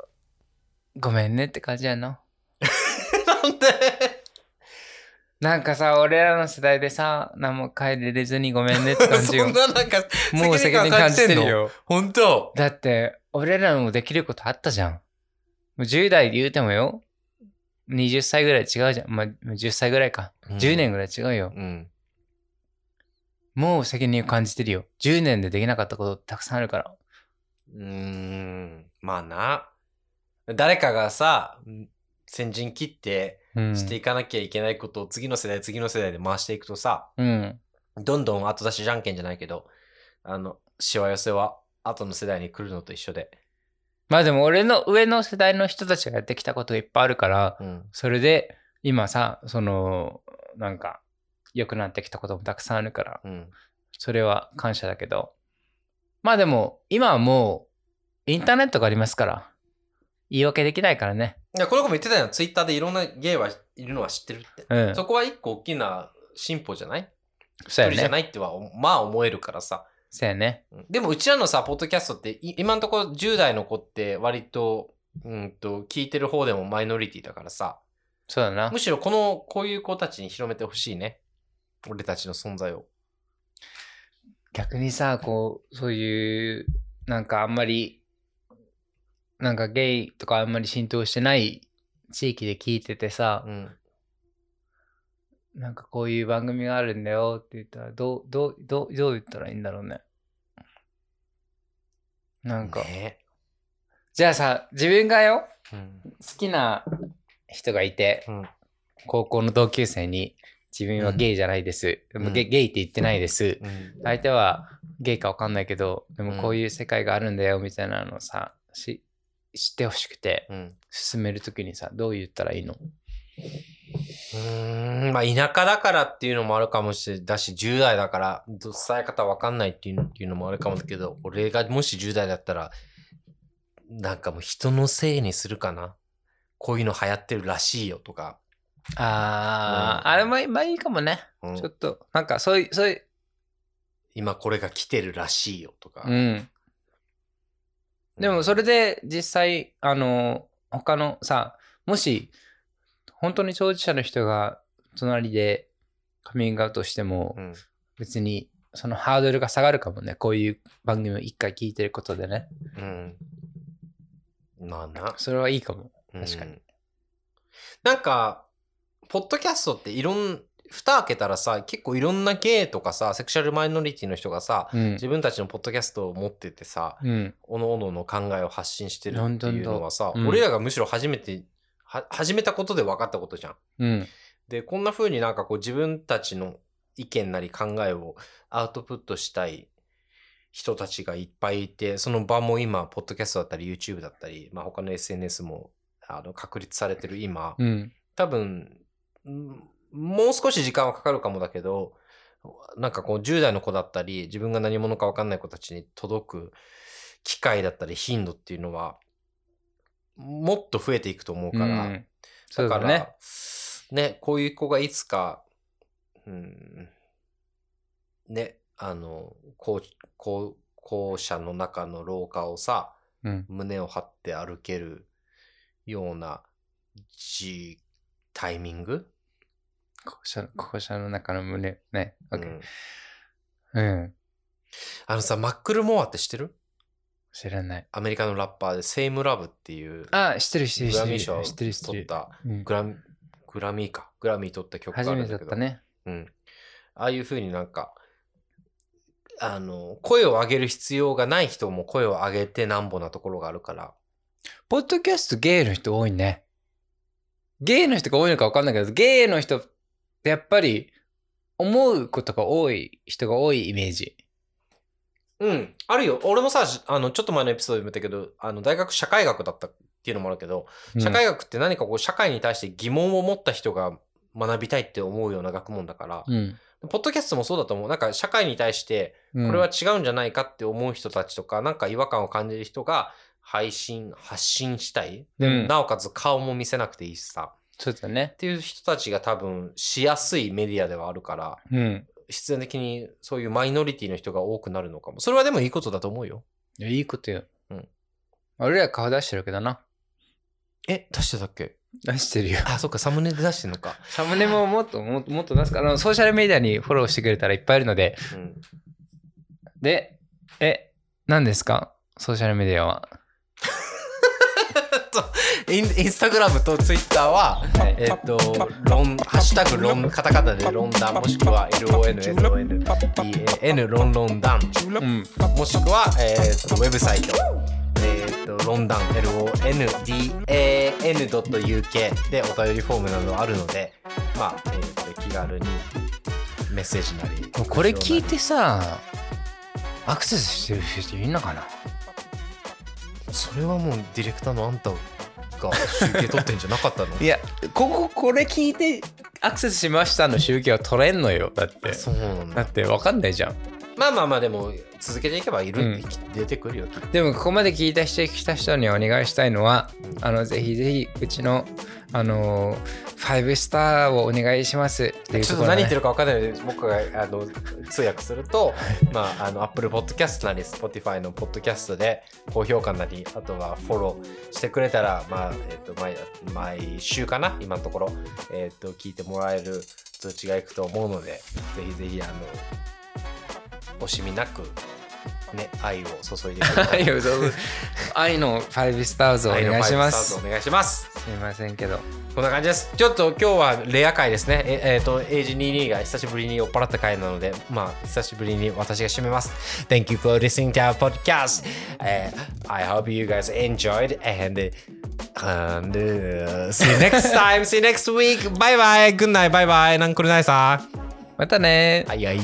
S2: うごめんねって感じやな
S1: なんで
S2: なんかさ、俺らの世代でさ、何も変えれれずにごめんねって感じ
S1: そ
S2: よ
S1: ん。ななんか、
S2: もう責任感じてる
S1: んの
S2: よ。
S1: 本当
S2: だって、俺らもできることあったじゃん。もう10代で言うてもよ、20歳ぐらい違うじゃん。まあ、10歳ぐらいか。
S1: うん
S2: 10年ぐらい違うよ。
S1: うん。
S2: もう責任を感じてるよ。10年でできなかったことたくさんあるから。
S1: うーん。まあな。誰かがさ、先陣切って
S2: うん。
S1: していかなきゃいけないことを次の世代、次の世代で回していくとさ、
S2: うん。
S1: どんどん後出しじゃんけんじゃないけど、あの、しわ寄せは後の世代に来るのと一緒で。
S2: まあでも俺の上の世代の人たちがやってきたことがいっぱいあるから、
S1: うん。
S2: それで今さそのなんか良くなってきたこともたくさんあるから、
S1: うん。
S2: それは感謝だけど。まあでも、今はもう、インターネットがありますから、言い訳できないからね。
S1: いや、この子も言ってたよ。ツイッターでいろんなゲイはいるのは知ってるって。
S2: うん。
S1: そこは一個大きな進歩じゃない
S2: そ
S1: 一
S2: う
S1: 人じゃ
S2: やね。
S1: ないっては、まあ思えるからさ。
S2: そうやね。
S1: うんでもうちらのさ、ポッドキャストって、い今のところ10代の子って割と、うんと、聞いてる方でもマイノリティだからさ、
S2: そうだな
S1: む。しろこの、こういう子たちに広めてほしいね。俺たちの存在を。
S2: 逆にさ、こう、そういう、なんかあんまり、なんかゲイとかあんまり浸透してない地域で聞いててさ、
S1: うん。
S2: なんかこういう番組があるんだよって言ったら、どう、どう、どう、どう言ったらいいんだろうね。なんか、
S1: ね
S2: じゃあさ、自分がよ、
S1: うん。
S2: 好きな人がいて、
S1: うん
S2: 高校の同級生に、自分はゲイじゃないです。
S1: ん
S2: でもゲゲイって言ってないです。
S1: うん。
S2: 相手はゲイかわかんないけど、で
S1: うん
S2: もこういう世界があるんだよみたいなのをさ、し知ってほしくて、
S1: うん。
S2: 進めるときにさ、どう言ったらいいの
S1: うーんまあ田舎だからっていうのもあるかもしれないだし、10代だから、ど伝え方わかんないっていうのっていうのもあるかもだけど、俺がもし10代だったら、なんかもう人のせいにするかな。こういうの流行ってるらしいよとか。
S2: あー、
S1: うん
S2: あれもいいまあいいかもね。
S1: うん
S2: ちょっと、なんかそういう、そういう、
S1: 今これが来てるらしいよとか。
S2: うん。でもそれで実際、あの、他のさ、もし、本当に当事者の人が隣でカミングアウトしても、
S1: うん、
S2: 別にそのハードルが下がるかもね、こういう番組を一回聞いてることでね。
S1: うん。まあな。
S2: それはいいかも。
S1: うん
S2: 確かに。
S1: なんか、ポッドキャストっていろん、蓋開けたらさ、結構いろんなゲイとかさ、セクシャルマイノリティの人がさ、
S2: うん
S1: 自分たちのポッドキャストを持っててさ、
S2: うん。
S1: おのおのの考えを発信してるっていうのはさ、
S2: どんどんどんうん
S1: 俺らがむしろ初めて、は始めたことで分かったことじゃん。
S2: うん。
S1: で、こんな風になんかこう自分たちの意見なり考えをアウトプットしたい人たちがいっぱいいて、その場も今、ポッドキャストだったり YouTube だったり、まあ他の SNS もあの確立されてる今、
S2: うん。
S1: 多分、うんもう少し時間はかかるかもだけど、なんかこう10代の子だったり、自分が何者か分かんない子たちに届く機会だったり頻度っていうのは、もっと増えていくと思うから、
S2: うんそ
S1: だ
S2: う
S1: か
S2: だ
S1: ら
S2: ね
S1: ね。こういう子がいつか、うん、ね、あの、校、校、校舎の中の廊下をさ、
S2: うん。
S1: 胸を張って歩けるような、じ、タイミング、
S2: 校舎、校舎の中の胸。ね。オッケ
S1: う
S2: ー
S1: ん
S2: うん。
S1: あのさ、マックルモアって知ってる
S2: 知らない。
S1: アメリカのラッパーで、セイムラブっていう、
S2: あ、知ってる、知ってる、知っ
S1: グラ
S2: て
S1: ミー
S2: る。
S1: 賞
S2: 知ってる、知って
S1: 取っ
S2: る。
S1: た、
S2: うん
S1: グラミ、グラミーか。グラミー取った曲があ
S2: 初
S1: るん
S2: め
S1: だ
S2: て
S1: けど。
S2: だったね。
S1: うん。ああいうふうになんか、あの、声を上げる必要がない人も声を上げてなんぼなところがあるから。
S2: ポッドキャストゲイの人多いね。ゲイの人が多いのか分かんないけど、ゲイの人ってやっぱり思うことが多い人が多いイメージ。
S1: うん。あるよ。俺もさ、じあの、ちょっと前のエピソードでも言ったけど、あの、大学社会学だったっていうのもあるけど、
S2: うん
S1: 社会学って何かこう、社会に対して疑問を持った人が学びたいって思うような学問だから、
S2: うん。
S1: ポッドキャストもそうだと思う。なんか、社会に対して、
S2: うん
S1: これは、違うんじゃないかって思う人たちとか、なんか違和感を感じる人が配信、発信したい。でも
S2: うん
S1: なおかつ顔も見せなくていいしさ。
S2: そうだね
S1: っ。ていう人たちが多分しやすいメディアではあるから、
S2: うん。
S1: 必然的にそういうマイノリティの人が多くなるのかも。それはでもいいことだと思うよ。
S2: いやいいことよ。
S1: うん。
S2: 俺ら顔出してるけどな。
S1: え、出してたっけ
S2: 出してるよ。
S1: あ、そっか、サムネで出してんのか。
S2: サムネももっともっともっと出すから、あのソーシャルメディアにフォローしてくれたらいっぱいいるので。
S1: うん。
S2: で、え、何ですかソーシャルメディアは。
S1: インインスタグラムとツイッターは、えっと、ロン、ハッシュタグロン、カタカナでロンダン、もしくは LONLONDN、ロンロンダン、
S2: うん。
S1: もしくは、えっと、ウェブサイト。えーとロンダン londan.uk でお便りフォームなどあるので、まあ、えーと気軽にメッセージなり。
S2: もうこれ聞いてさ、アクセスしてる人いんのかな
S1: それはもうデ ィレクターのあんたが集計取ってんじゃなかったの
S2: いや、ここ、これ聞いて、アクセスしましたの集計は取れんのよ。だって。
S1: そうなん
S2: だ
S1: だ
S2: って分かんないじゃん。
S1: まあまあまあでも続けていけばいる、
S2: うん
S1: 出てくるよきっと
S2: でもここまで聞いた人来た人にお願いしたいのはあのぜひぜひうちのあの5スターをお願いしますっていう
S1: ちょ
S2: とこ
S1: っ
S2: とろ、
S1: 何言
S2: ね
S1: って、るか分かんないので僕があの通訳すると、まあ、あの Apple Podcast なり Spotify の Podcast で高評価なりあとはフォローしてくれたら、まあえっと毎毎週かな今のところ、えっと聞いてもらえる通知がいくと思うのでぜひぜひあの惜しみなく、ね、愛を注いでください
S2: 愛をどうぞ愛の5スターズをお願いしま
S1: 愛のファイブスター
S2: す
S1: ズお願いします
S2: すいませんけど
S1: こんな感じです。ちょっと今日はレア回ですね。ええーと、エイジ22が久しぶりに酔っ払った回なので、まあ、久しぶりに私が締めます。Thank you for listening to our podcast.、I hope you guys enjoyed and, and、see you next time, see you next week. Bye bye. Good night. Bye bye. なんくるないさ。
S2: またね
S1: はいはい。